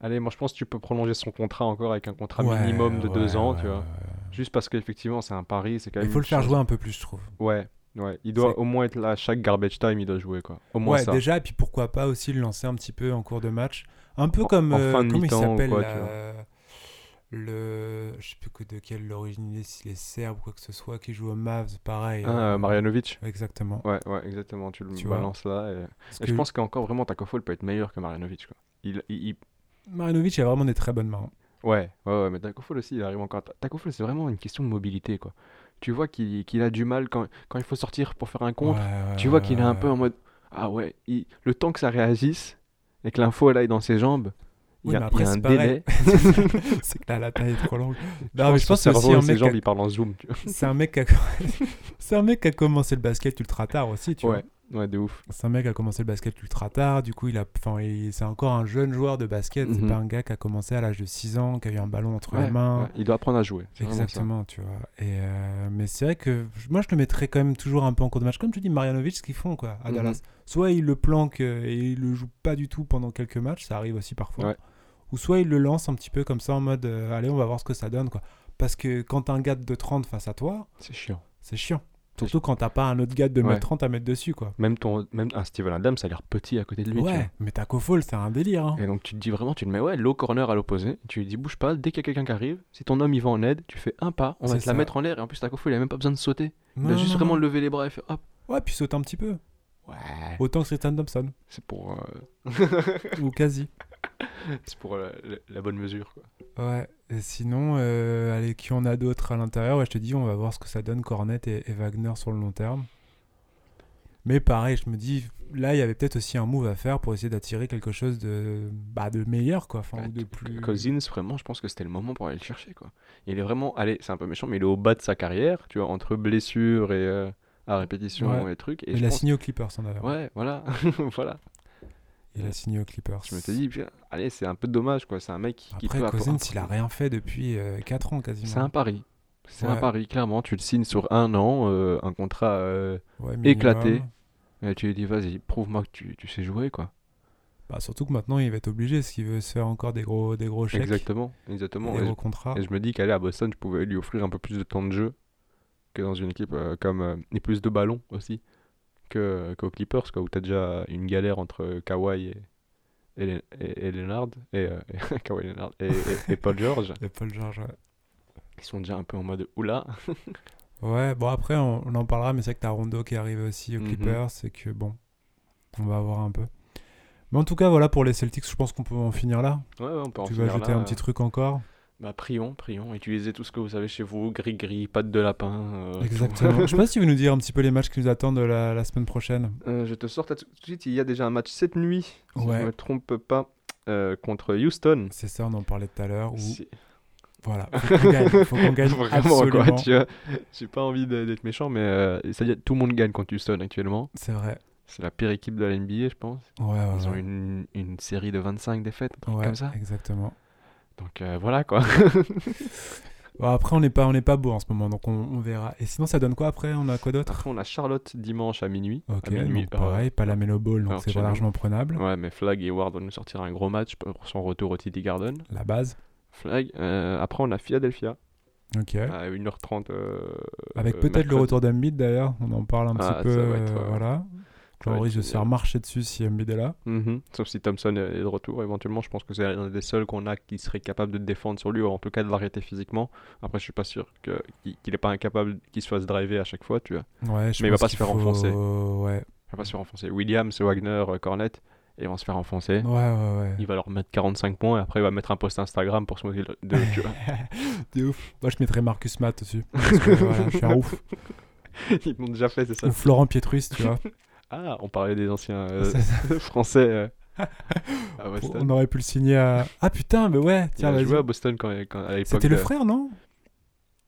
allez, moi je pense que tu peux prolonger son contrat encore avec un contrat Ouais, minimum de deux ouais, ans, ouais, tu vois. ouais. Juste parce qu'effectivement, c'est un pari, c'est quand même. Il faut une le faire chose. jouer un peu plus, je trouve. Ouais, ouais. Il doit C'est- au moins être là, chaque garbage time, il doit jouer, quoi. Au moins Ouais, ça. déjà, et puis pourquoi pas aussi le lancer un petit peu en cours de match. Un peu En- comme. en euh, fin de comment il mi-temps ou s'appelle quoi, là, tu vois. euh, Le. Je sais plus que- de quelle origine il est, s'il est serbe ou quoi que ce soit, qui joue au Mavs, pareil. hein. Ah, euh, Marjanovic. Exactement. Ouais, ouais, exactement. Tu le Tu vois. balances là. Et, Parce et je que pense qu'encore vraiment, Taco Fall peut être meilleur que Marjanovic, quoi. Il, il- il- Marinovic a vraiment des très bonnes mains. Ouais, ouais, ouais, mais Taco Fall aussi, il arrive encore. Ta- Taco Fall, c'est vraiment une question de mobilité, quoi. Tu vois qu'il qu'il a du mal quand, quand il faut sortir pour faire un contre. Ouais, Tu ouais, vois ouais, qu'il est un ouais. peu en mode Ah ouais, il- le temps que ça réagisse et que l'info elle aille dans ses jambes, il Oui, y mais a, après, il y a un c'est pareil. délai. c'est que là, la taille est trop longue. Non, mais je Son pense que c'est cerveau aussi et un ses mec. qui a- jambes, il parle en zoom. tu vois. C'est un mec qui a. c'est un mec qui a commencé le basket ultra tard aussi, tu vois. Ouais, ouais, de ouf. C'est un mec qui a commencé le basket ultra tard. Du coup, il a. Enfin, il- c'est encore un jeune joueur de basket. C'est Mhm. pas un gars qui a commencé à l'âge de 6 ans, qui a eu un ballon entre Ouais, les mains. ouais, Il doit apprendre à jouer. c'est vraiment ça. Exactement, tu vois. Et euh, mais c'est vrai que je- moi, je le mettrais quand même toujours un peu en cours de match. Comme tu dis, Marjanovic, ce qu'ils font quoi, à Mhm. Dallas. Soit ils le planquent euh, et ils le jouent pas du tout pendant quelques matchs, ça arrive aussi parfois. Ouais. Ou soit ils le lancent un petit peu comme ça en mode euh, allez, on va voir ce que ça donne. quoi. Parce que quand t'as un gars de 30 face à toi, C'est chiant. c'est chiant. C'est Surtout quand t'as pas un autre gars de Ouais. 1m30 à mettre dessus. quoi. Même, ton, même un Steven Adams, ça a l'air petit à côté de lui. tu ouais, mais Taco Fall, c'est un délire. hein. vois. Et donc tu te dis vraiment, tu le mets ouais, low corner à l'opposé. Tu lui dis bouge pas, dès qu'il y a quelqu'un qui arrive, si ton homme il va en aide, tu fais un pas, on va C'est te la ça. mettre en l'air. Et en plus, Taco Fall, il a même pas besoin de sauter. Il Non, a bah, juste non, vraiment non. levé les bras et fait hop. Ouais, puis saute un petit peu. Ouais. Autant que Tristan Thompson. C'est pour, euh, ou quasi. c'est pour euh, la, la bonne mesure. Quoi. Ouais, et sinon, euh, allez, qui on a d'autres à l'intérieur Ouais, je te dis, on va voir ce que ça donne Cornette et, et Wagner sur le long terme. Mais pareil, je me dis, là, il y avait peut-être aussi un move à faire pour essayer d'attirer quelque chose de, bah, de meilleur, quoi. Enfin, Ouais, ou de tu- plus. Cousins, vraiment, je pense que c'était le moment pour aller le chercher. Quoi. Il est vraiment, allez, c'est un peu méchant, mais il est au bas de sa carrière, tu vois, entre blessures et euh, à répétition Ouais. et trucs. Et Il je a pense- signé aux Clippers, en d'ailleurs. Ouais, voilà, voilà. Il a signé aux Clippers. Je me suis dit, putain, allez, c'est un peu dommage, quoi. C'est un mec qui, qui Après, peut appro- Cousins, il a rien fait depuis 4 ans quasiment. C'est un pari. C'est un Ouais. pari, clairement. Tu le signes sur un an, euh, un contrat. euh, Ouais, éclaté. minimum. et tu lui dis, vas-y, prouve-moi que tu, tu sais jouer, quoi. Bah, surtout que maintenant, il va être obligé, s'il veut se faire encore des gros, des gros chèques, Exactement, exactement. des Et je- gros contrats. Et je me dis qu'aller à Boston, je pouvais lui offrir un peu plus de temps de jeu que dans une équipe euh, comme. euh, et plus de ballons aussi que, qu'aux Clippers, quoi, où t'as déjà une galère entre euh, Kawhi et, et, Le- et- et Leonard. Et, euh, et Kawhi Leonard et, et- et Paul George. Et Paul George, ouais. Ils sont déjà un peu en mode oula. Ouais, bon, après, on, on en parlera, mais c'est que t'as Rondo qui est arrivé aussi aux Mhm. Clippers, c'est que bon, on va avoir un peu. Mais en tout cas, voilà, pour les Celtics, je pense qu'on peut en finir là. Ouais, ouais, on peut en tu vas finir jeter là. euh, un petit truc encore Bah, prions, prions. Utilisez tout ce que vous avez chez vous gris-gris, pattes de lapin. euh, tout. Exactement. je sais pas si tu veux nous dire un petit peu les matchs qui nous attendent la, la semaine prochaine. Euh, je te sors tout de suite. Il y a déjà un match cette nuit, si Ouais. je me trompe pas, euh, contre Houston. C'est ça, on en parlait tout à l'heure. où- Si- Voilà, faut qu'on gagne. Faut qu'on gagne Vraiment, absolument. quoi, tu vois. J'ai pas envie de- d'être méchant, mais euh, c'est-à-dire tout le monde gagne contre Houston actuellement. C'est vrai. C'est la pire équipe de la NBA, je pense. Ouais, ouais, Ils ont Ah ouais. une, une série de 25 défaites, un truc Ouais, comme ça. Exactement. Donc euh, voilà, quoi. Bon, après, on n'est pas, on n'est pas beau en ce moment, donc on, on verra. Et sinon, ça donne quoi après On a quoi d'autre Après, on a Charlotte dimanche à minuit. À Ok, minuit, donc pareil, pas la Melo Ball, donc euh, alors, c'est Channel. largement prenable. euh, ouais, mais Flag et Ward vont nous sortir un gros match pour son retour au TD Garden. La base, Flag. euh, après, on a Philadelphia ok. à 1h30. euh, Avec euh, peut-être le mercredi. retour d'Embiid d'ailleurs, on en parle un Ah, petit ça peu. va être, euh, ouais. Voilà. va être Genre, je se faire génial. marcher dessus si Embiid est là. Mhm. Sauf si Thompson est de retour, éventuellement, je pense que c'est l'un des seuls qu'on a qui serait capable de défendre sur lui, ou en tout cas de l'arrêter physiquement. Après, je suis pas sûr que- qu'il n'est pas incapable qu'il se fasse driver à chaque fois, tu vois. Ouais, je Mais il va pense pas se qu'il faire faut- enfoncer. Ouais, Il va pas se faire enfoncer. Williams, Wagner, euh, Cornette, et ils vont se faire enfoncer. ouais, ouais. ouais. Il va leur mettre 45 points, et après, il va mettre un post Instagram pour se moquer de- d'eux, tu vois. T'es ouf. Moi, je mettrais Marcus Matt dessus. Parce que, voilà, je suis un ouf. Ils l'ont déjà fait, c'est ça. Ou Florent Pietrus, tu vois. Ah, on parlait des anciens euh, Ça, ça, français euh, à Boston. on aurait pu le signer à. Ah putain, mais ouais, Il tiens, a vas-y. joué à Boston quand, quand- à l'époque. C'était le de- frère, non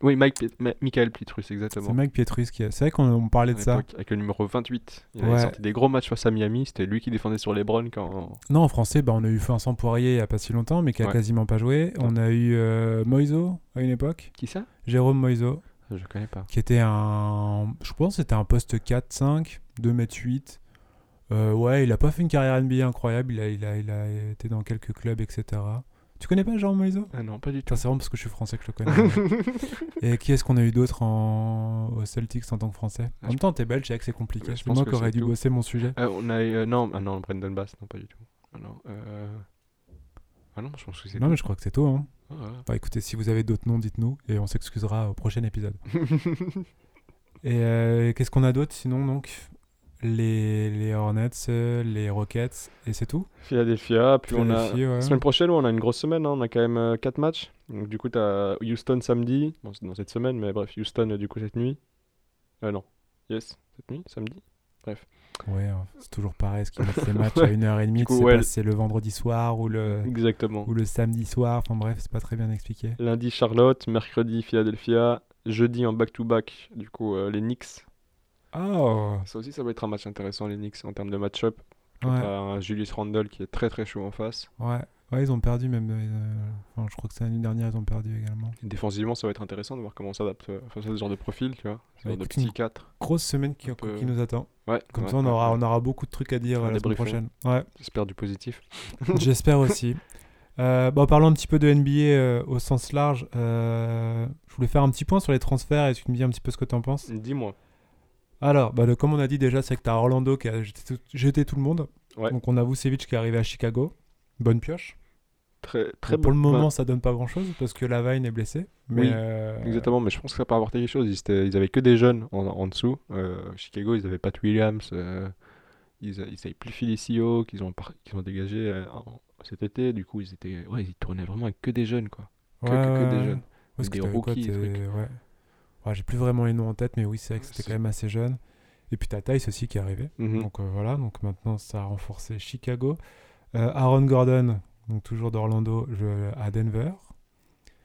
Oui, Mike Piet- Ma- Michael Pietrus, C'est exactement. Mike Pietrus qui. a- C'est vrai qu'on on parlait de à ça. l'époque, avec le numéro 28. Il avait Ouais. sorti des gros matchs face à Miami. C'était lui qui défendait sur les Browns quand. Non, en français, bah, on a eu Vincent Poirier il n'y a pas si longtemps, mais qui a Ouais. quasiment pas joué. On a eu euh, Moiso à une époque. Qui ça Jérôme Moiso. Je connais pas. qui était un. Je pense que c'était un poste 4-5, 2m8. Euh, ouais, il a pas fait une carrière NBA incroyable, il a, il, a, il a été dans quelques clubs, etc. Tu connais pas Jean Moïso Ah non, pas du tout. Putain, c'est vraiment parce que je suis français que je le connais. Et qui est-ce qu'on a eu d'autre en... aux Celtics en tant que français En Ah, même temps, t'es belge, c'est que c'est compliqué. Ouais, je C'est pense moi que qui aurais c'est dû tout. bosser mon sujet. Euh, on a eu, euh, non, ah non, Brendan Bass, non, pas du tout. Ah non, euh... ah non je pense que c'est. Non, tout. mais je crois que c'est tôt. Hein. Ah, voilà. Bah, écoutez, si vous avez d'autres noms, dites-nous et on s'excusera au prochain épisode. Et euh, qu'est-ce qu'on a d'autre sinon donc les, les Hornets, euh, les Rockets et c'est tout Philadelphia, puis on a. Philadelphie, ouais. Semaine prochaine, on a une grosse semaine, hein, on a quand même 4 matchs. Donc, du coup, t'as Houston samedi, bon, c'est dans cette semaine, mais bref, Houston, euh, du coup, cette nuit. Ah non, yes, cette nuit, samedi. Ouais, hein, c'est toujours pareil, ce qu'ils mettent les matchs à Ouais. 1h30, tu coup, sais ouais, pas le- si c'est le vendredi soir ou le, Exactement. ou le samedi soir, enfin bref, c'est pas très bien expliqué. Lundi Charlotte, mercredi Philadelphia, jeudi en back-to-back, du coup euh, les Knicks. Oh Ça aussi, ça va être un match intéressant, les Knicks, en termes de match-up. Quand Ouais, t'as un Julius Randle qui est très très chaud en face. ouais, ouais, ils ont perdu même. euh, enfin, je crois que c'est l'année dernière, ils ont perdu également. Et défensivement, ça va être intéressant de voir comment on s'adapte euh, face à ce genre de profil, tu vois. Ce Bah, genre de écoute, petit une- 4. Grosse semaine qui, Un peu- qui nous attend. Ouais, Comme euh, ouais, ça, on ouais, aura, ouais. on aura beaucoup de trucs à dire On va euh, la semaine débriefer. prochaine. Ouais. J'espère du positif. J'espère aussi. Euh, bah, en parlant un petit peu de NBA euh, au sens large, euh, je voulais faire un petit point sur les transferts et tu me dis un petit peu ce que tu en penses. Dis-moi. Alors, bah, le- comme on a dit déjà, c'est que tu as Orlando qui a jeté tout, jeté tout le monde. Ouais. Donc on a Vucevic qui est arrivé à Chicago. Bonne pioche. Très, très Bon, pour bon- le moment, ouais, ça donne pas grand-chose parce que Lavine est blessé. Mais Oui, euh, Exactement, mais je pense que ça peut apporter quelque chose. Ils, étaient- ils avaient que des jeunes en, en dessous. Euh, Chicago, ils avaient Pat Williams. euh, ils, a- ils avaient plus Filicio qu'ils ont, par- qu'ils ont dégagé euh, en- cet été. Du coup, ils étaient, ouais, ils tournaient vraiment avec que des jeunes, quoi. Que, ouais, que- que ouais, des ouais. jeunes. Ouais, ce que Des t'avais quoi, rookies, des t'es- trucs. ouais. Ouais, J'ai plus vraiment les noms en tête, mais oui, c'est vrai que c'était C'est- quand même assez jeune. Et puis t'as Tice aussi qui est arrivé. Mhm. Donc euh, voilà, donc maintenant ça a renforcé Chicago. Euh, Aaron Gordon, donc toujours d'Orlando je- à Denver.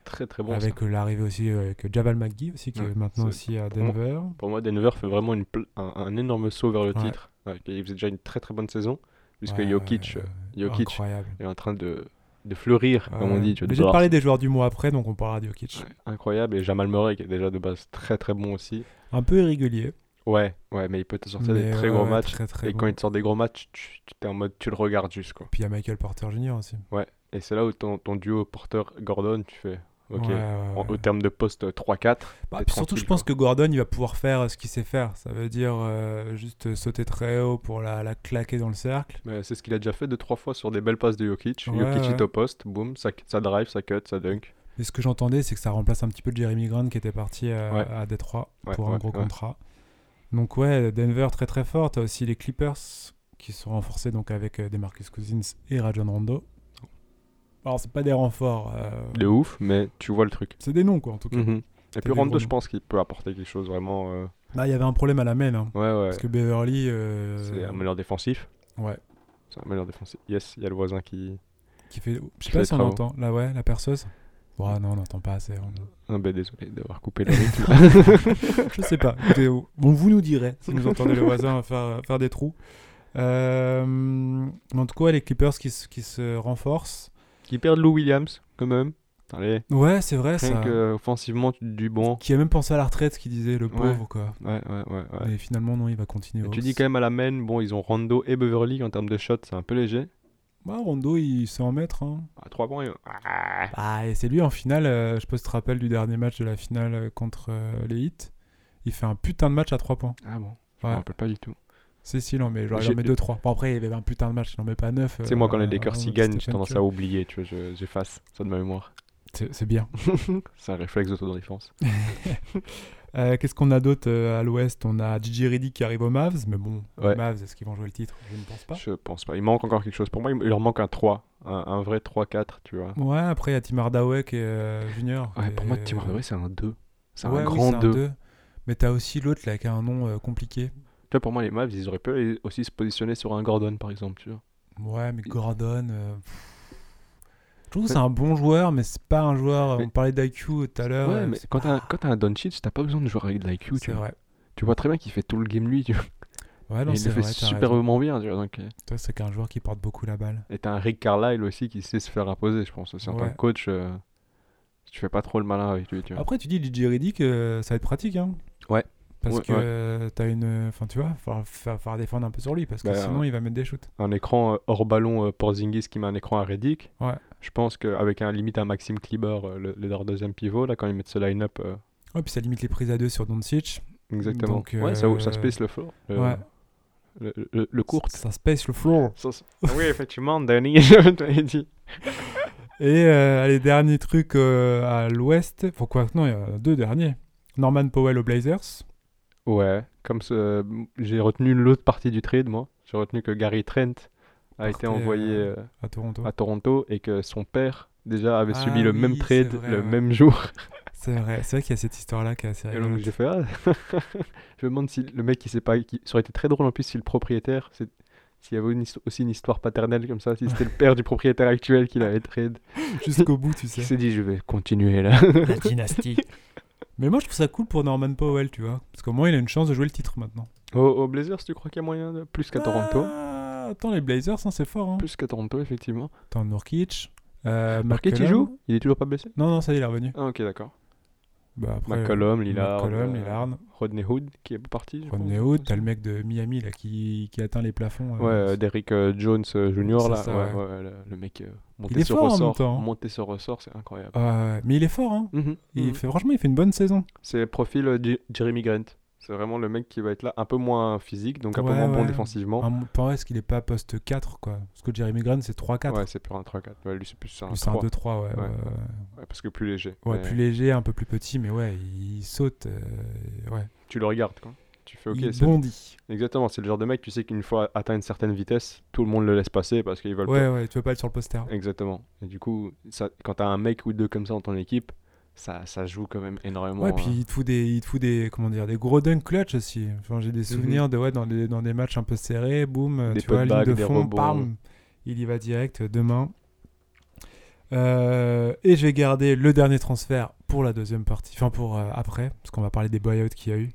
Très très Ah bon. avec ça. euh, l'arrivée aussi euh, avec Jabal McGee aussi qui est Ouais, maintenant c'est- aussi à pour moi- Denver. Pour moi, Denver fait vraiment une pl- un, un énorme saut vers le Ouais. titre. Ouais, il faisait déjà une très très bonne saison. Puisque Ouais, Jokic, ouais, euh, ouais, Jokic incroyable. est en train de, de fleurir, comme on Ouais. dit. tu vois, de Mais j'ai voir- parlé des joueurs du mois après, donc on parlera de Jokic. Ouais, incroyable. Et Jamal Murray, qui est déjà de base très très bon aussi. Un peu irrégulier. Ouais, ouais, mais il peut te sortir mais, des très ouais, gros ouais, matchs. très, très et bon. quand il te sort des gros matchs, tu, tu- t'es en mode tu le regardes juste quoi. Puis il y a Michael Porter Jr. aussi. Ouais. Et c'est là où ton, ton duo Porter-Gordon, tu fais. Ok. Ouais, ouais, En- ouais. au terme de poste 3-4. Bah, t'es puis surtout, je tranquille, pense que Gordon, il va pouvoir faire euh, ce qu'il sait faire. Ça veut dire euh, juste sauter très haut pour la, la claquer dans le cercle. Mais c'est ce qu'il a déjà fait deux trois fois sur des belles passes de Jokic. Ouais, Jokic ouais. est au poste, boum, ça, ça drive, ça cut, ça dunk. Et ce que j'entendais, c'est que ça remplace un petit peu Jeremy Grant qui était parti à, Ouais. à Détroit Ouais, pour un ouais, gros ouais. contrat. Donc ouais, Denver très très fort. T'as aussi les Clippers qui sont renforcés donc avec euh, Demarcus Cousins et Rajon Rondo. Alors c'est pas des renforts, euh, De ouf, mais tu vois le truc. c'est des noms quoi en tout cas. Mhm. Et des puis Rondo, gros je noms. pense qu'il peut apporter quelque chose vraiment. euh, Bah il y avait un problème à la main, hein, Ouais, ouais. parce que Beverly, euh, C'est un meneur défensif. ouais, C'est un meneur défensif. Yes, il y a le voisin qui. qui fait, je sais fais pas les si on travaux. entend, là ouais, la perceuse. Ouais non, on n'entend pas assez. on- Ah ben désolé d'avoir coupé le rythme. Je sais pas. Écoutez, on vous nous direz si vous entendez le voisin faire, faire des trous. Euh, mais en tout cas, ouais, les Clippers qui, se- qui se renforcent. qui perd Lou Williams, quand même. Allez, Ouais, c'est vrai rien ça. que offensivement, tu te dis bon. Qui a même pensé à la retraite, qui disait le Ouais. pauvre quoi. Ouais, ouais, ouais. ouais. Mais finalement, non, il va continuer. Et au tu hausse. dis quand même à la main, bon, ils ont Rondo et Beverly en termes de shots, c'est un peu léger. Ouais, Bah, Rondo, il sait en mettre. Hein. À 3 points, et- Ah. Ah, et c'est lui en finale. euh, je sais pas si tu te rappelles du dernier match de la finale euh, contre euh, les Hits. Il fait un putain de match à 3 points. Ah bon, je Ouais. me rappelle pas du tout. C'est si, non, mais genre, il en J'ai- met 2-3. Bon, après, il y avait un putain de match, il en met pas euh, 9. Tu sais, moi, quand les Lakers ils gagnent, j'ai tendance à oublier, tu vois, je- j'efface ça de ma mémoire. C'est c'est bien. C'est un réflexe d'autodéfense. Euh, Qu'est-ce qu'on a d'autre euh, à l'ouest On a Gigi Reddy qui arrive aux Mavs, mais bon, Ouais. les Mavs, est-ce qu'ils vont jouer le titre Je ne pense pas. Je pense pas. Il manque encore quelque chose. Pour moi, il il leur manque un 3, un, un vrai 3-4, tu vois. Ouais, après, il y a Tim Hardaway qui est euh, junior. Ouais, pour moi, Et- Tim Hardaway, c'est un 2. C'est euh, Ouais, un oui, grand c'est un 2. Tu deux. Mais t'as aussi l'autre là qui a un nom euh, compliqué. vois, pour moi, les Mavs, ils auraient pu aussi se positionner sur un Gordon, par exemple, tu vois. Ouais, mais Il- Gordon. euh, pff. Je trouve que Ouais. c'est un bon joueur, mais c'est pas un joueur. euh, Mais- On parlait d'IQ tout à l'heure. Ouais, euh, mais c'est quand pas- t'as quand t'as un Doncic, t'as pas besoin de jouer avec de l'IQ, C'est tu vois. vrai. Tu vois très bien qu'il fait tout le game lui, tu vois. Ouais, Et Ah non, il c'est le fait vrai. t'as raison. superbement bien, tu vois. Donc, euh, Toi, c'est qu'un joueur qui porte beaucoup la balle. Et t'as un Rick Carlisle aussi qui sait se faire imposer, je pense. Aussi. En tant Ouais. que coach, euh, tu fais pas trop le malin avec lui, tu vois. Après, tu dis Gigi Reddick, euh, ça va être pratique, hein. Ouais. Parce Ouais, que ouais. euh, t'as une, enfin tu vois, falloir, fa- falloir défendre un peu sur lui parce que Bah, sinon il va mettre des shoots. Un écran euh, hors ballon euh, Porzingis qui met un écran à Reddick. Ouais. Je pense qu'avec un limite à Maxime Kliber, euh, le, le leur deuxième pivot, là, quand ils mettent ce line-up. euh, Ouais, puis ça limite les prises à deux sur Doncic. exactement. Donc, Ouais, ça, ça euh, space le floor. Le, ouais. le, le- le court. Ça space le floor. Ça, ça- Ah oui, effectivement, Danny, je t'avais dit. Et euh, allez, dernier truc euh, à l'ouest. Pourquoi Non, il y en a deux derniers. Norman Powell aux Blazers. Ouais, comme ce... j'ai retenu l'autre partie du trade, moi. J'ai retenu que Gary Trent a Partait, été envoyé euh, euh, à Toronto. à Toronto et que son père déjà avait Ah subi le même oui, trade c'est vrai, le ouais. même jour. C'est vrai, c'est vrai qu'il y a cette histoire-là qui est assez Et donc rigolote. j'ai fait, ah, je me demande si le mec qui sait pas, qui... ça aurait été très drôle en plus si le propriétaire, c'est- s'il y avait une histo- aussi une histoire paternelle comme ça, si c'était le père du propriétaire actuel qui l'avait trade, Jusqu'au bout, tu qui sais. s'est dit je vais continuer là. La dynastie. Mais moi, je trouve ça cool pour Norman Powell, tu vois. Parce qu'au moins, il a une chance de jouer le titre maintenant. Au, au Blazers, tu crois qu'il y a moyen de plus qu'à Toronto? Ah, attends, les Blazers, hein, c'est fort. Hein. Plus qu'à Toronto effectivement. Attends, Nurkic. Euh, Marquette il McCollum. joue? Il est toujours pas blessé? Non, non, ça y est, il est revenu. Ah ok d'accord. Bah, après, McCollum, euh, Lillard, McCollum, euh, Lillard. Rodney Hood qui est pas parti. je Rodney pense. Hood, t'as le mec de Miami là, qui, qui atteint les plafonds. euh, Ouais, euh, Derrick euh, Jones euh, Junior C'est là, ça, ouais, ouais. ouais, le, le mec euh, Il est monté sur fort en même ressort, temps. monté sur ressort, c'est incroyable. euh, mais il est fort, hein. Mhm, Il mhm. fait, franchement, il fait une bonne saison. C'est le profil euh, J- Jeremy Grant. C'est vraiment le mec qui va être là, un peu moins physique, donc un peu Ouais, moins bon ouais. défensivement. Un- Ah, Pour moi, est-ce qu'il est pas poste 4 quoi Parce que Jeremy Grant, c'est 3-4. Ouais, c'est plus un 3-4. Ouais, lui, c'est plus un Lui, c'est un 3. 2-3, ouais. Ouais. ouais, ouais. Ouais, parce que plus léger. Ouais, Mais plus léger, un peu plus petit, mais ouais, il saute. euh, ouais. Tu le regardes, quoi. Tu fais OK. il c'est- bondit. Exactement, c'est le genre de mec, tu sais qu'une fois atteint une certaine vitesse, tout le monde le laisse passer parce qu'ils veulent Ouais, ouais, tu veux pas être sur le poster. pas. Exactement. Et du coup, ça, quand t'as un mec ou deux comme ça dans ton équipe, ça, ça joue quand même énormément. Ouais, euh, puis il te fout des, il te fout des, comment dire, des gros dunk clutch aussi. Enfin, j'ai des souvenirs de ouais dans des, dans des matchs un peu serrés, boum, euh, Mhm. Des tu vois, ligne putbacks, de des fond, rebonds. bam, il y va direct euh, demain. Euh, et j'ai gardé le dernier transfert pour la deuxième partie, enfin pour euh, après, parce qu'on va parler des buyouts qu'il y a eu.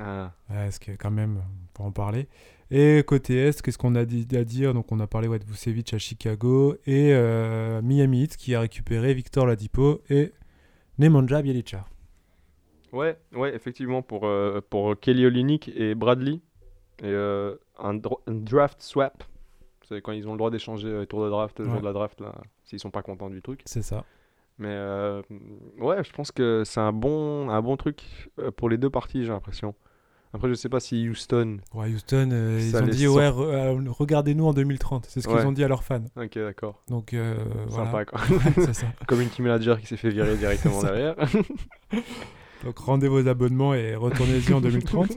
ah. Ouais, ce qui est quand même pour en parler. Et côté Est, qu'est-ce qu'on a dit- à dire Donc on a parlé ouais, de Vucevic à Chicago et euh, Miami Heat qui a récupéré Victor Ladipo et Nemanja Bjelica. Ouais, ouais, effectivement, pour, euh, pour Kelly Olynyk et Bradley. Et euh, un, dro- un draft swap. C'est quand ils ont le droit d'échanger euh, tour de draft, le jour Ouais. de la draft, là, s'ils sont pas contents du truc. C'est ça. Mais euh, ouais, je pense que c'est un bon, un bon truc euh, pour les deux parties, j'ai l'impression. Après, je sais pas si Houston. Ouais, Houston, euh, ils Ça ont les dit, sort. ouais, re- euh, regardez-nous en 2030. C'est ce qu'ils Ouais. ont dit à leurs fans. Ok, d'accord. Donc, euh, voilà. Sympa, quoi. C'est ça. Community manager qui s'est fait virer directement C'est ça. derrière. Donc, rendez vos abonnements et retournez-y en 2030.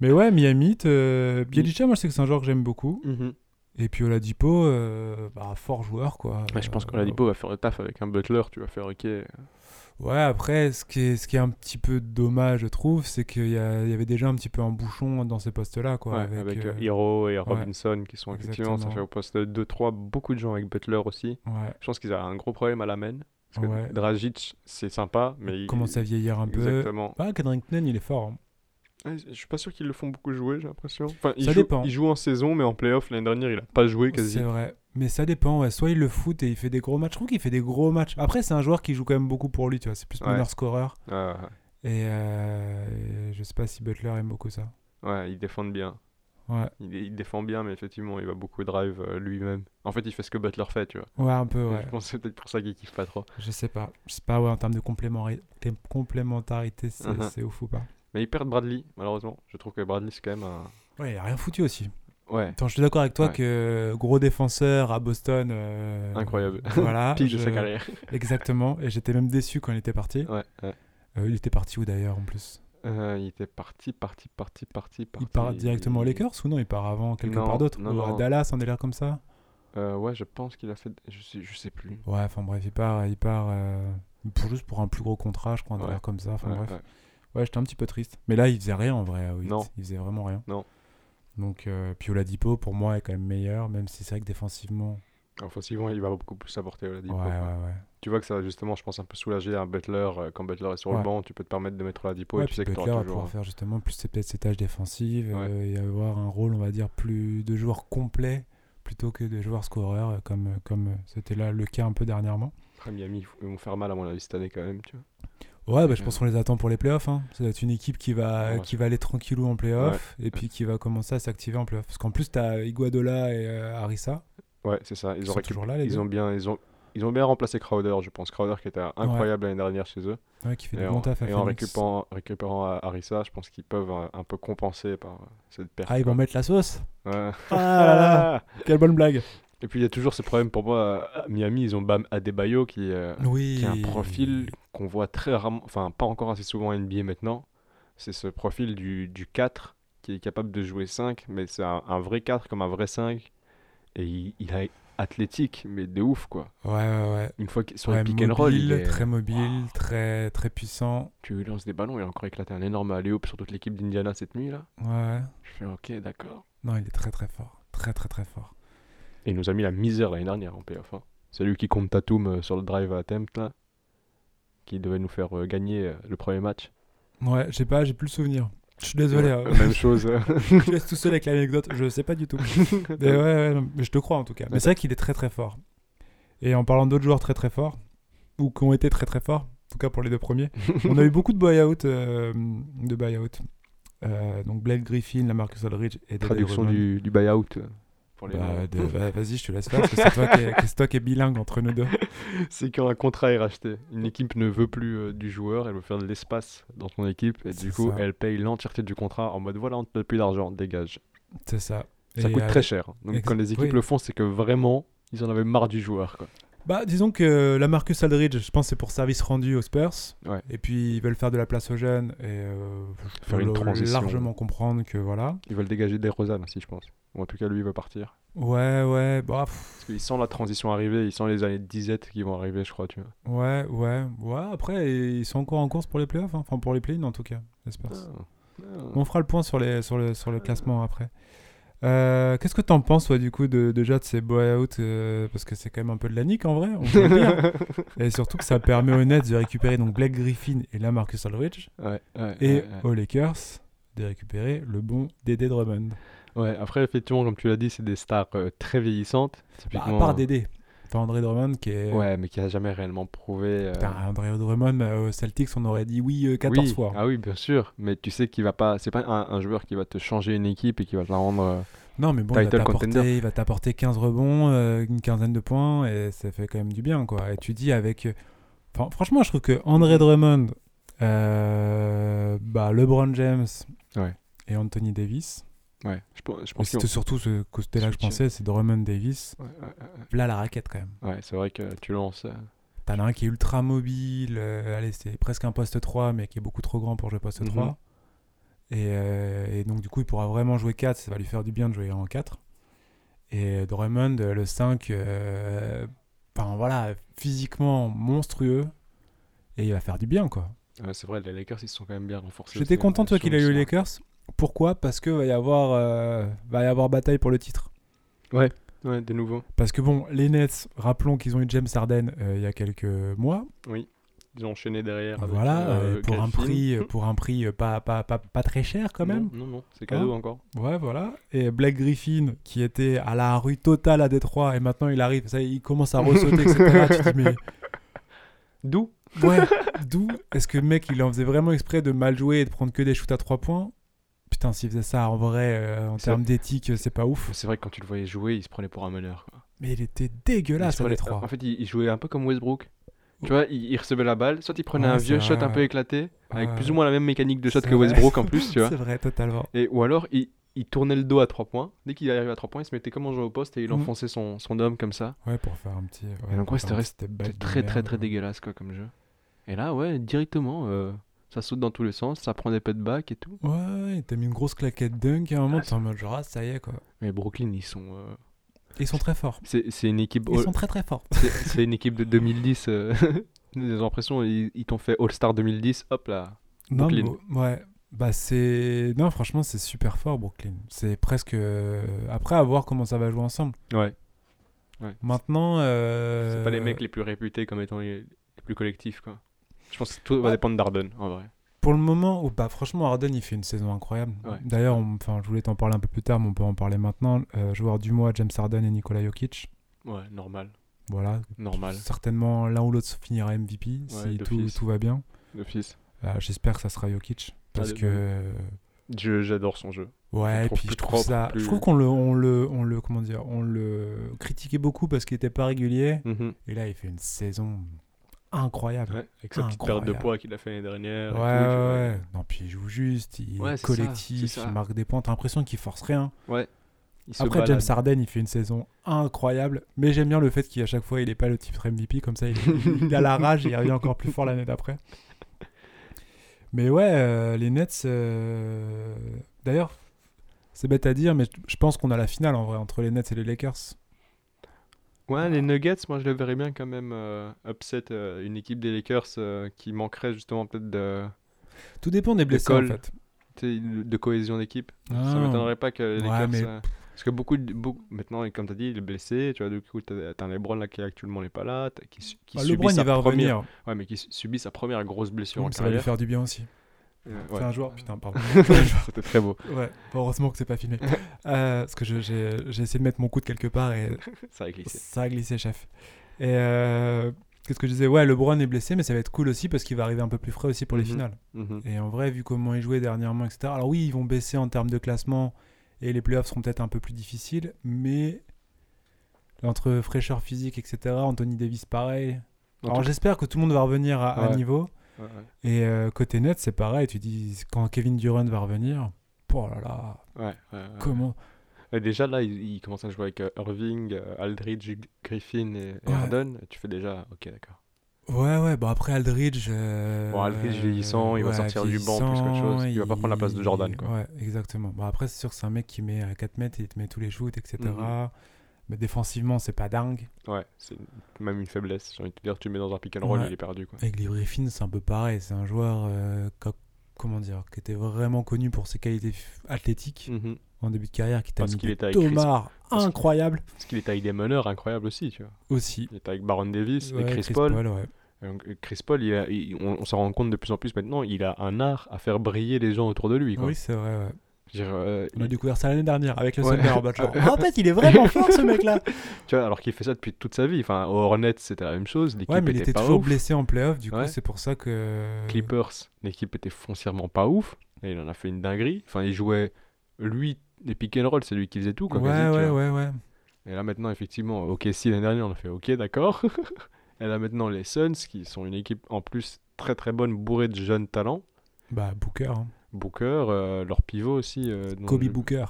Mais ouais, Miami, euh, Bielicha, moi, je sais que c'est un joueur que j'aime beaucoup. Mhm. Et puis Oladipo, euh, bah, fort joueur, quoi. Ouais, je pense Euh, qu'Oladipo va faire le taf avec un Butler. Tu vas faire ok. Ouais, après, ce qui est, ce qui est un petit peu dommage, je trouve, c'est qu'il y, a- il y avait déjà un petit peu un bouchon dans ces postes-là, quoi. Ouais, avec, avec, euh, euh, Hero et Robinson qui sont effectivement, Exactement. ça fait au poste 2-3, beaucoup de gens avec Butler aussi. ouais, Je pense qu'ils avaient un gros problème à la main. Parce que Ouais. Dragic, c'est sympa, mais il commence à vieillir un peu. Exactement. Ah, Kadrington, il est fort. hein. Ouais, je suis pas sûr qu'ils le font beaucoup jouer, j'ai l'impression. Enfin, il Ça joue, dépend. Il joue en saison, mais en playoff, l'année dernière, il a pas joué quasi. C'est vrai. Mais ça dépend, ouais. Soit il le foot et il fait des gros matchs. Je trouve qu'il fait des gros matchs. Après, c'est un joueur qui joue quand même beaucoup pour lui, tu vois. C'est plus Ouais. meneur scoreur. Ah, Et euh, et je sais pas si Butler aime beaucoup ça. ouais, ils défendent bien. Ouais, Il, il défend bien, mais effectivement, il va beaucoup drive euh, lui-même. En fait, il fait ce que Butler fait, tu vois. ouais un peu, ouais. Je pense que c'est peut-être pour ça qu'il kiffe pas trop. Je sais pas. Je sais pas, ouais, en termes de complémari- complémentarité, c'est Mhm. c'est ouf ou pas. Mais ils perdent Bradley, malheureusement. Je trouve que Bradley, c'est quand même un. Ouais, il a rien foutu aussi. Ouais, Attends, je suis d'accord avec toi Ouais. que gros défenseur à Boston. euh, Incroyable. Voilà. pique de je- sa carrière. Exactement. Et j'étais même déçu quand il était parti. Ouais, ouais. Euh, il était parti où d'ailleurs en plus Euh, il était parti, parti, parti, parti, parti. Il part directement aux Lakers ou non Il part avant quelque Non, part d'autre non, Ou à non. Dallas, un délire comme ça Euh, ouais, je pense qu'il a fait. Je sais, je sais plus. Ouais, enfin bref, il part, il part euh, pour juste pour un plus gros contrat, je crois, un Ouais. délire comme ça. Enfin Ouais, bref. ouais. Ouais, j'étais un petit peu triste. Mais là, il faisait rien en vrai. à Witt. Non. Il faisait vraiment rien. Non. Donc, euh, puis Oladipo, pour moi, est quand même meilleur, même si c'est vrai que défensivement. Offensivement, il va beaucoup plus apporter Oladipo. ouais, ouais, ouais. Tu vois que ça va justement, je pense, un peu soulager un Butler. euh, Quand Butler est sur Ouais. le banc, tu peux te permettre de mettre Oladipo Ouais, et tu puis sais que tu Butler va auras pouvoir toujours. hein. faire justement plus c'est peut-être ses tâches défensives Ouais. euh, et avoir un rôle, on va dire, plus de joueur complet plutôt que de joueur scoreur euh, comme euh, comme euh, c'était là le cas un peu dernièrement. Après, Miami, ils f- ils vont faire mal à mon avis cette année quand même, tu vois. Ouais, bah, Donc, je euh, pense qu'on les attend pour les playoffs. Hein. Ça doit être une équipe qui va Ouais, qui va aller tranquillou en playoff et puis qui va commencer à s'activer en playoff. Parce qu'en plus, t'as Iguadola et euh, Harissa Ouais, c'est ça. qui Ils ont, sont récup- toujours là, les ils deux. ont bien, ils ont, ils ont bien remplacé Crowder, je pense. Crowder qui était incroyable l'année dernière chez eux. Ouais, qui fait Et du en, bon taf à et en Phoenix. récupérant, récupérant à- Arisa, je pense qu'ils peuvent euh, un peu compenser par euh, cette perte. Ah, ils vont mettre la sauce quoi. Ouais. Ah là là Quelle bonne blague Et puis il y a toujours ce problème pour moi à Miami, ils ont Bam Adebayo qui, euh, Oui qui a un profil qu'on voit très rarement, enfin pas encore assez souvent en NBA maintenant. C'est ce profil du, du 4 qui est capable de jouer 5, mais c'est un, un vrai 4 comme un vrai 5. Et il, il est athlétique, mais de ouf quoi. Ouais, ouais, ouais. Une fois qu'il sur Ouais, les pick and roll, il mobile, est- très mobile, très, très puissant. tu lui lances des ballons, il a encore éclaté un énorme alley-oop sur toute l'équipe d'Indiana cette nuit là. Ouais, ouais. Je fais ok, d'accord. Non, il est très très fort. Très très très fort. Et il nous a mis la misère l'année dernière en PF. hein. C'est lui qui compte Tatum euh, sur le drive à attempt là, qui devait nous faire euh, gagner euh, le premier match. Ouais, je sais pas, j'ai plus le souvenir. Je suis désolé, Ouais, euh, Même chose. euh, je te laisse tout seul avec l'anecdote, je sais pas du tout. Mais ouais, ouais, non, mais je te crois en tout cas. Mais c'est vrai qu'il est très très fort. Et en parlant d'autres joueurs très très forts, ou qui ont été très très forts, en tout cas pour les deux premiers, on a eu beaucoup de buy-out. euh, de buy-out. Euh, donc Blake Griffin, Lamarcus Aldridge et David Traduction du, du buyout. euh, Pour les Bah, de- bah, Vas-y, je te laisse faire, parce que c'est toi, qui est- que c'est toi qui est bilingue entre nous deux. C'est quand un contrat est racheté. Une équipe ne veut plus euh, du joueur, elle veut faire de l'espace dans son équipe, et C'est du coup, ça. elle paye l'entièreté du contrat en mode voilà, on te donne plus d'argent, dégage. C'est ça. Ça Et, coûte euh, très cher. hein. Donc ex- quand les équipes oui. le font, c'est que vraiment, ils en avaient marre du joueur. Quoi. Bah, disons que la Marcus Aldridge, je pense, c'est pour service rendu aux Spurs. Ouais. Et puis, ils veulent faire de la place aux jeunes. Et euh, je peux Faire une le- transition. largement comprendre que voilà. Ils veulent dégager des Rosanne aussi, je pense. Ou en tout cas, lui, il veut partir. Ouais, ouais, bah, pff, Parce qu'il sent la transition arriver, il sent les années de disette qui vont arriver, je crois, tu vois. ouais, ouais, ouais. Après, ils sont encore en course pour les playoffs, hein. enfin pour les play-ins en tout cas, les Spurs. Ah. Ah. On fera le point sur, les, sur, le, sur le classement après. Euh, Qu'est-ce que t'en penses, toi, du coup, de, déjà de ces buy-out euh, Parce que c'est quand même un peu de la nique en vrai. on peut le dire. et surtout que ça permet aux Nets de récupérer donc Blake Griffin et là Marcus Aldridge. Ouais, ouais, et ouais, ouais. aux Lakers de récupérer le bon Dédé Drummond. Bah, Ouais, après, effectivement, comme tu l'as dit, c'est des stars euh, très vieillissantes. Bah, Typiquement, à part Dédé. Enfin, André Drummond qui est. Ouais, mais qui a jamais réellement prouvé. euh, Putain, André Drummond euh, aux Celtics, on aurait dit oui euh, 14 oui. fois. Ah oui, bien sûr. Mais tu sais qu'il va pas. C'est pas un, un joueur qui va te changer une équipe et qui va te la rendre. euh, Non, mais bon, il va Title t'apporter- contender. il va t'apporter 15 rebonds, euh, une quinzaine de points, et ça fait quand même du bien, quoi. Et tu dis avec. euh, Enfin, franchement, je trouve que André Drummond, euh, bah, LeBron James Ouais. et Anthony Davis. Ouais, je, pense- je Mais pense c'était que. surtout ce côté-là que je Switcher. pensais, c'est Drummond Davis. Ouais, ouais, ouais, ouais. Là, la raquette quand même. Ouais, c'est vrai que tu lances. euh, T'en as un qui est ultra mobile, euh, allez, c'est presque un poste 3, mais qui est beaucoup trop grand pour jouer poste Mhm. 3. Et, euh, et donc, du coup, il pourra vraiment jouer 4, ça va lui faire du bien de jouer en 4. Et Drummond, euh, le 5, euh, enfin voilà, physiquement monstrueux, et il va faire du bien, quoi. ouais, c'est vrai, les Lakers, ils se sont quand même bien renforcés. J'étais aussi, content, hein, toi, qu'il ait eu sur- les Lakers. Pourquoi Parce que va y avoir, euh, va y avoir bataille pour le titre. Ouais, des nouveaux. Parce que bon, les Nets, rappelons qu'ils ont eu James Harden euh, il y a quelques mois. Oui. Ils ont enchaîné derrière. avec, Voilà, euh, euh, pour, un Griffin. prix, euh, Hmm. pour un prix euh, pas, pas, pas, pas très cher quand même. Hein Non, non, non, c'est cadeau encore. Ouais, voilà. Et Black Griffin, qui était à la rue totale à Détroit, et maintenant il arrive, ça, y est, il commence à ressauter, etc. tu te dis, mais D'où ouais, d'où est-ce que le mec, il en faisait vraiment exprès de mal jouer et de prendre que des shoots à 3 points Putain, s'il faisait ça en vrai, euh, en C'est- termes d'éthique, euh, c'est pas ouf. C'est vrai que quand tu le voyais jouer, il se prenait pour un meneur. quoi. Mais il était Il se dégueulasse à prenait- Détroit. En fait, il, il jouait un peu comme Westbrook. Oh. Tu vois, il, il recevait la balle, soit il prenait Ouais, un c'est vieux shot vrai, un peu ouais. éclaté, avec Ouais. plus ou moins la même mécanique de shot C'est que vrai. Westbrook en plus, tu vois. C'est vrai, totalement. Et, ou alors, il, il tournait le dos à 3 points. Dès qu'il arrivait à 3 points, il se mettait comme un joueur au poste et il Mm. enfonçait son, son dôme comme ça. Ouais, pour faire un petit. Et donc, pour ouais, faire c'était un reste- petit step back de C'était très, très, merde. très dégueulasse quoi, comme jeu. Et là, ouais, directement, euh, ça saute dans tous les sens, ça prend des putbacks et tout. Ouais, il t'a mis une grosse claquette dunk et à un moment, Ah, t'es en mode genre, ah, ça y est, quoi. Mais Brooklyn, ils sont. euh, Ils sont très forts. C'est c'est une équipe. Ils all- sont très très forts. c'est- C'est une équipe de 2010. euh, J'ai l'impression ils, ils t'ont fait All-Star 2010, hop là. Non, mais Brooklyn. bon, ouais. Bah c'est non franchement c'est super fort Brooklyn. C'est presque euh, après à voir comment ça va jouer ensemble. Ouais. ouais. Maintenant euh, C'est pas les mecs les plus réputés comme étant les, les plus collectifs, quoi. Je pense que tout va Ah. dépendre d'Arden, en vrai. pour le moment où bah franchement Harden il fait une saison incroyable. Ouais. D'ailleurs on- enfin je voulais t'en parler un peu plus tard mais on peut en parler maintenant. Euh, joueur du mois James Harden et Nikola Jokic. Ouais, normal. Voilà. Normal. Certainement l'un ou l'autre finira MVP si tout, d'office. tout va bien. D'office. Euh, J'espère que ça sera Jokic parce Ah, de- que Je- J'adore son jeu. Je Ouais, le et trouve puis je plus trouve propre, ça. plus- Je trouve qu'on le, on le, on le, comment dire, on le critiquait beaucoup parce qu'il était pas régulier. Mhm. Et là, il fait une saison incroyable. Ouais, Avec sa petite perte de Incroyable. poids qu'il a fait l'année dernière. Ouais, et ouais, tout, tu vois. ouais. Non, puis il joue juste, il Ouais, est c'est ça, collectif, c'est ça. il marque des points. T'as l'impression qu'il force rien. Il se Après, balade. James Harden, il fait une saison incroyable. Mais j'aime bien le fait qu'à chaque fois, il est pas le titre MVP. Comme ça, il, il a la rage et il revient encore plus fort l'année d'après. Mais ouais, euh, les Nets. euh, D'ailleurs, c'est bête à dire, mais je- je pense qu'on a la finale en vrai entre les Nets et les Lakers. Ouais, les Nuggets, moi je le verrais bien quand même euh, upset euh, une équipe des Lakers euh, qui manquerait justement peut-être de, Tout dépend des blessés en Cole. fait. tu sais, de cohésion d'équipe. Ah. Ça m'étonnerait pas que les Ouais, Lakers. mais- euh, Parce que beaucoup, de- beaucoup- maintenant, et comme tu as dit, il est blessé. Tu vois, du coup, t'as t'as un LeBron là qui actuellement n'est pas là, t'as- qui, su- qui Bah, subit LeBron, sa il va première, revenir. ouais, mais qui su- subit sa première grosse blessure en Donc, ça va lui carrière. faire du bien aussi. Euh, ouais. C'est un joueur, putain, pardon. C'était très beau. ouais, heureusement que c'est pas filmé. Euh, parce que je- j'ai j'ai essayé de mettre mon coude quelque part et Ça a glissé. Ça a glissé, chef. Et euh, qu'est-ce que je disais Ouais, LeBron est blessé, mais ça va être cool aussi parce qu'il va arriver un peu plus frais aussi pour les Mhm. finales. Mhm. Et en vrai, vu comment ils jouaient dernièrement, etc. Alors oui, ils vont baisser en termes de classement et les playoffs seront peut-être un peu plus difficiles, mais entre fraîcheur physique, etc. Anthony Davis, pareil. En Alors tout- j'espère que tout le monde va revenir à, à Ouais. niveau. ouais, ouais. Et euh, côté net, c'est pareil. Tu dis quand Kevin Durant va revenir. Oh là là, Ouais, ouais, ouais. comment Et déjà là, il, il commence à jouer avec euh, Irving, euh, Aldridge, G- Griffin et, et Ouais. Harden. Et tu fais déjà, ok, d'accord. Ouais, ouais, bon après Aldridge. euh, Bon, Aldridge vieillissant, il va sortir du banc plus qu'autre chose. Il va pas prendre la place de Jordan, quoi. Ouais, exactement. Bon, après, c'est sûr que c'est un mec qui met à 4 mètres, il te met tous les shoots, etc. Mhm. Mais défensivement, c'est pas dingue. Ouais, c'est une- même une faiblesse. J'ai envie de te dire, tu le mets dans un pick and roll, Ouais. il est perdu quoi. Avec les Griffins, c'est un peu pareil. C'est un joueur, euh, co- comment dire, qui était vraiment connu pour ses qualités f- athlétiques Mhm. en début de carrière, qui t'a Parce mis qu'il des était avec Chris- tomards parce que- incroyables Parce qu'il était avec des meneurs incroyables aussi, tu vois. aussi. Il était avec Baron Davis Ouais, et Chris, Paul. ouais. Et donc, euh, Chris Paul, il a- il- on, on s'en rend compte de plus en plus maintenant, il a un art à faire briller les gens autour de lui. Quoi. Oui, c'est vrai. ouais. Je veux dire, euh, On a il- découvert ça l'année dernière avec le Ouais. Thunder en mode genre, Ah, en fait, il est vraiment fort ce mec-là. tu vois, alors qu'il fait ça depuis toute sa vie. Enfin, aux Hornets, c'était la même chose. L'équipe Ouais, mais il était, était pas toujours ouf. blessé en playoff. Du coup, Ouais. c'est pour ça que. Clippers, l'équipe était foncièrement pas ouf. Et il en a fait une dinguerie. Enfin, il jouait, lui, des pick and roll, c'est lui qui faisait tout. Quoi, ouais, quasi, tu ouais, vois. ouais, ouais. Et là maintenant, effectivement, ok, si l'année dernière on a fait ok, d'accord. Et là maintenant, les Suns, qui sont une équipe en plus très très bonne, bourrée de jeunes talents. Bah, Booker. hein. Booker, euh, leur pivot aussi. euh, dont Kobe je- Booker.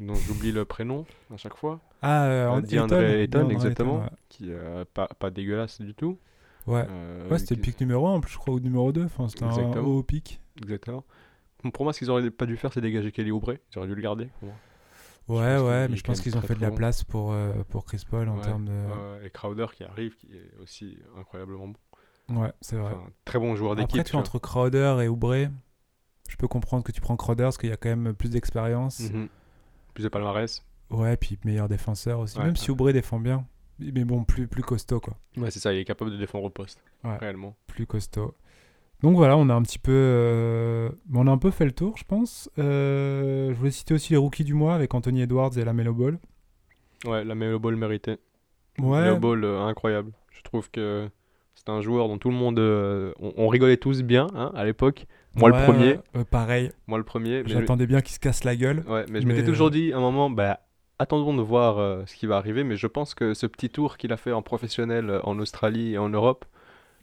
Dont j'oublie le prénom à chaque fois. Ah, euh, Euh, en- DeAndre Ayton, DeAndre exactement. ouais. Qui euh, pas, pas dégueulasse du tout. Ouais, Euh, Ouais, c'était le qui- pic numéro 1 en plus, je crois, ou numéro 2. Enfin, c'était un Exactement. haut pic. Exactement. Bon, Pour moi, ce qu'ils auraient pas dû faire, c'est dégager Kelly Oubre. Ils auraient dû le garder. pour moi. Je Ouais, pense qu'il ouais, est mais je quand pense même qu'ils ont très, fait très de la bon. place pour, euh, pour Chris Paul en Ouais, termes de. Ouais, Euh, et Crowder qui arrive, qui est aussi incroyablement bon. Ouais, c'est vrai. Enfin, très bon joueur d'équipe. Après, tu vois, entre Crowder et Oubre, je peux comprendre que tu prends Crowder parce qu'il y a quand même plus d'expérience. vois. Mhm. Plus de palmarès. Ouais, puis meilleur défenseur aussi. Ouais, même si ouais. Oubre défend bien. Mais bon, plus, plus costaud, quoi. Ouais, c'est ça, il est capable de défendre au poste. Ouais. Réellement. Plus costaud. Donc voilà, on a un petit peu. euh, On a un peu fait le tour, je pense. Euh, Je voulais citer aussi les rookies du mois avec Anthony Edwards et la Melo Ball. Ouais, la Melo Ball méritée. Ouais. Melo Ball, euh, incroyable. Je trouve que c'est un joueur dont tout le monde. euh, on, on rigolait tous bien hein, à l'époque. Moi le Ouais, premier. euh, pareil, Moi le premier. Mais je, j'attendais bien qu'il se casse la gueule. ouais, mais je mais, m'étais euh, toujours dit à un moment, bah, attendons de voir euh, ce qui va arriver. Mais je pense que ce petit tour qu'il a fait en professionnel euh, en Australie et en Europe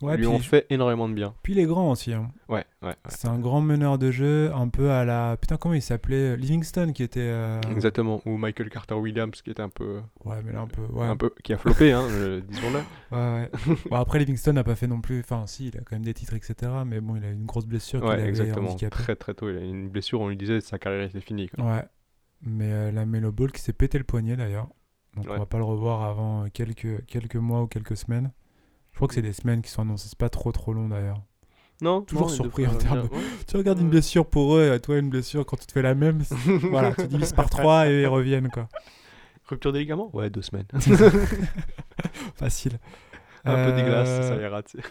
Ouais, lui puis, ont fait énormément de bien. puis les grands aussi. hein. Ouais, ouais. C'est un grand meneur de jeu, un peu à la. Putain, comment il s'appelait Livingston qui était. euh, Exactement. Ou Michael Carter Williams qui était un peu, Ouais, mais là, un peu. Ouais, un peu qui a floppé, hein, euh, disons-le. ouais, ouais. Bon, après, Livingston n'a pas fait non plus. Enfin, si, il a quand même des titres, etc. Mais bon, il a eu une grosse blessure qui Ouais, l'avait exactement. handicapé. Très très tôt, il a eu une blessure, on lui disait sa carrière était finie. quoi. Ouais. Mais euh, la Melo Ball qui s'est pété le poignet d'ailleurs. Donc, Ouais. on va pas le revoir avant euh, quelques, quelques mois ou quelques semaines. Je crois que Mm. c'est des semaines qui sont annoncées. C'est pas trop, trop long d'ailleurs. Non, Toujours non, il surpris devrait en termes de- revenir. Ouais. Tu regardes une blessure pour eux, et à toi une blessure quand tu te fais la même. c'est- voilà, tu divises par trois et ils reviennent quoi. Rupture des ligaments Ouais, deux semaines. Facile. un peu des glaces, Euh, ça ira. tu sais.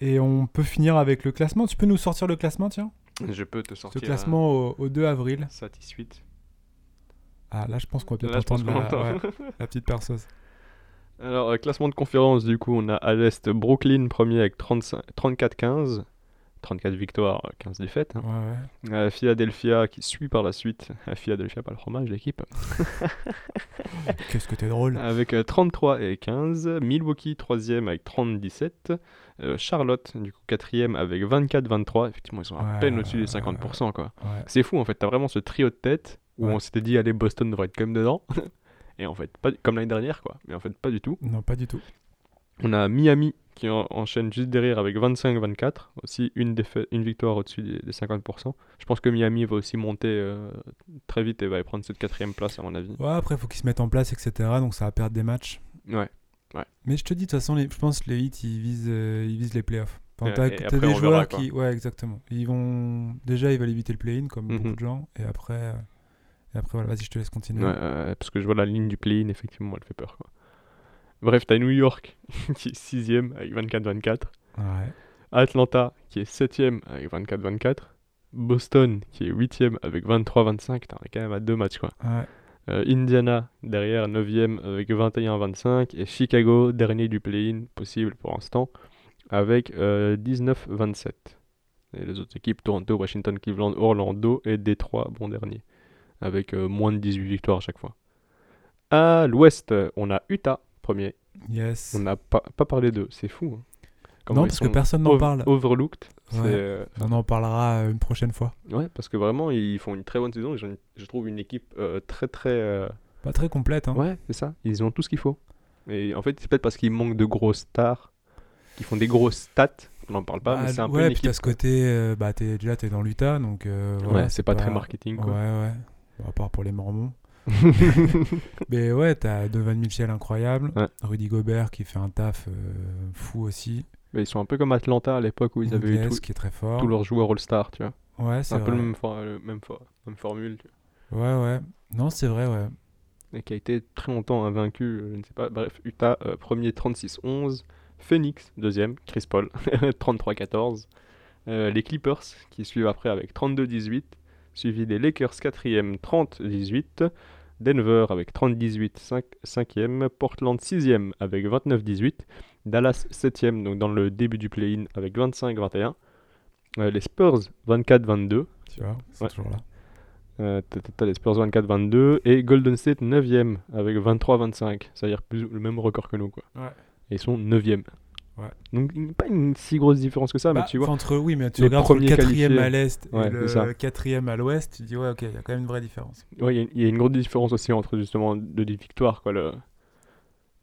Et on peut finir avec le classement. Tu peux nous sortir le classement, tiens Je peux te Ce sortir. classement au, au 2 avril. Satisfait. Ah, là, je pense qu'on va peut-être Là, je pense entendre qu'on la, l'entend. ouais, la petite perceuse. Alors, euh, classement de conférence, du coup, on a à l'Est Brooklyn premier avec 35 34-15. 34 victoires, 15 défaites. hein. Ouais, ouais. Euh, Philadelphia qui suit par la suite. Euh, Philadelphia, pas le fromage, l'équipe. Qu'est-ce que t'es drôle. Avec euh, 33 et 15. Milwaukee, 3e avec 30-17. Euh, Charlotte, du coup, 4e avec 24-23. Effectivement, ils sont à Ouais, peine au-dessus ouais, des ouais, 50%, quoi. Ouais. C'est fou, en fait. T'as vraiment ce trio de tête où Ouais. on s'était dit, allez, Boston devrait être comme dedans. et en fait, pas du- comme l'année dernière, quoi. Mais en fait, pas du tout. Non, pas du tout. On a Miami qui en- enchaîne juste derrière avec 25-24. Aussi, une, défa- une victoire au-dessus des, des 50%. Je pense que Miami va aussi monter euh, très vite et va prendre cette quatrième place, à mon avis. Ouais, après, faut qu'ils se mettent en place, etc. Donc, ça va perdre des matchs. Ouais. Mais je te dis, de toute façon, les- je pense que les hits, ils visent, euh, ils visent les playoffs. Enfin, Et- t'as et t'as après, des on verra, joueurs quoi. qui. Ouais, exactement. Ils vont. Déjà, ils veulent éviter le play-in, comme Mhm. beaucoup de gens. Et après. euh, Et après, voilà, vas-y, je te laisse continuer. Ouais, euh, parce que je vois la ligne du play-in, effectivement, elle fait peur. Quoi. Bref, t'as New York qui est 6 avec 24-24. Ouais. Atlanta qui est 7 avec 24-24. Boston qui est 8 avec 23-25. Putain, On est quand même à deux matchs. quoi. Ouais. Euh, Indiana derrière 9 avec 21-25. Et Chicago, dernier du play-in possible pour l'instant, avec euh, 19-27. Et les autres équipes, Toronto, Washington, Cleveland, Orlando et Détroit, bon dernier, avec euh, moins de 18 victoires à chaque fois. À l'ouest, euh, on a Utah, premier. Yes. On n'a pas, pas parlé d'eux, c'est fou. hein. Comment non, ils parce que sont personne n'en ov- parle. Overlooked. c'est, Ouais. euh, On en parlera euh, une prochaine fois. ouais, parce que vraiment, ils font une très bonne saison. Ils ont une- je trouve une équipe euh, très, très. euh, Pas très complète, hein. Ouais, c'est ça. Ils ont tout ce qu'il faut. Et en fait, c'est peut-être parce qu'ils manquent de grosses stars, qu'ils font des grosses stats. On n'en parle pas, Bah, mais c'est un peu ouais, une puis équipe. t'as ce côté, euh, bah, t'es, déjà t'es dans l'Utah, donc euh, Ouais, voilà, c'est pas, très marketing. Ouais, Quoi. ouais, Bon, à part pour les Mormons. mais ouais, t'as Donovan Mitchell incroyable, Ouais. Rudy Gobert qui fait un taf euh, fou aussi, Mais ils sont un peu comme Atlanta à l'époque où ils avaient eu Ingles tous- qui est très fort. tous leurs joueurs All-Star, tu vois. Ouais, C'est c'est un peu vrai. le même, for- le même, for- même formule. tu vois. Ouais, ouais. Non, c'est vrai, ouais. Et qui a été très longtemps invaincu, euh, je ne sais pas. Bref, Utah, euh, premier 36-11. Phoenix, deuxième. Chris Paul, 33-14. Euh, les Clippers qui suivent après avec 32-18. Suivi des Lakers, quatrième, 30-18. Denver avec 30-18, 5, 5e. Portland, 6e avec 29-18. Dallas, 7e, donc dans le début du play-in avec 25-21. Euh, les Spurs, 24-22. Tu vois, c'est Ouais. toujours là. Euh, t'as- t'as- T'as les Spurs 24-22 et Golden State 9 e avec 23-25. C'est-à-dire plus le même record que nous. Quoi. Ouais. Et ils sont 9 e Ouais. Donc, une- pas une si grosse différence que ça, Bah, Ah, mais tu vois. enfin, entre, oui, mais tu les regardes le premiers quatrième qualifiés. à l'est et Ouais, c'est le ça. quatrième à l'ouest, tu te dis ouais, ok, il y a quand même une vraie différence. Ouais, il y a- il y, a une grosse différence aussi entre justement de des victoires, quoi. Le,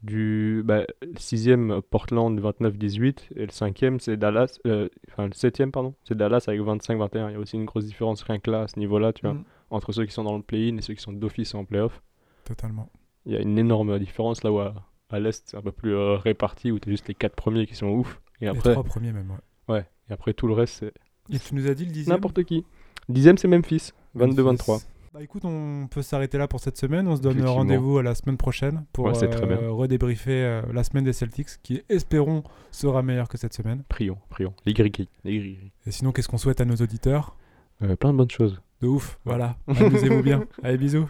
du bah, 6e, Portland 29-18, et le 5e, c'est Dallas. euh, enfin, le 7e, pardon, c'est Dallas avec 25-21. Il y a aussi une grosse différence rien que là, à ce niveau-là, tu vois, Mm. entre ceux qui sont dans le play-in et ceux qui sont d'office en play-off. Totalement. Il y a une énorme différence là où à, à l'Est, c'est un peu plus euh, réparti, où t'as juste les 4 premiers qui sont ouf, et Les après, trois premiers même. ouais. ouais, et après tout le reste, c'est Et tu nous as dit le dixième. n'importe qui. 10e, c'est Memphis, 22-23. Bah écoute, on peut s'arrêter là pour cette semaine. On se donne Effectivement. rendez-vous à la semaine prochaine pour Ouais, c'est très euh, bien. redébriefer euh, la semaine des Celtics qui, espérons, sera meilleure que cette semaine. Prions, prions. Les gris les gris Et sinon, qu'est-ce qu'on souhaite à nos auditeurs plein de bonnes choses. De ouf, voilà. Amusez-vous bien. Allez, bisous.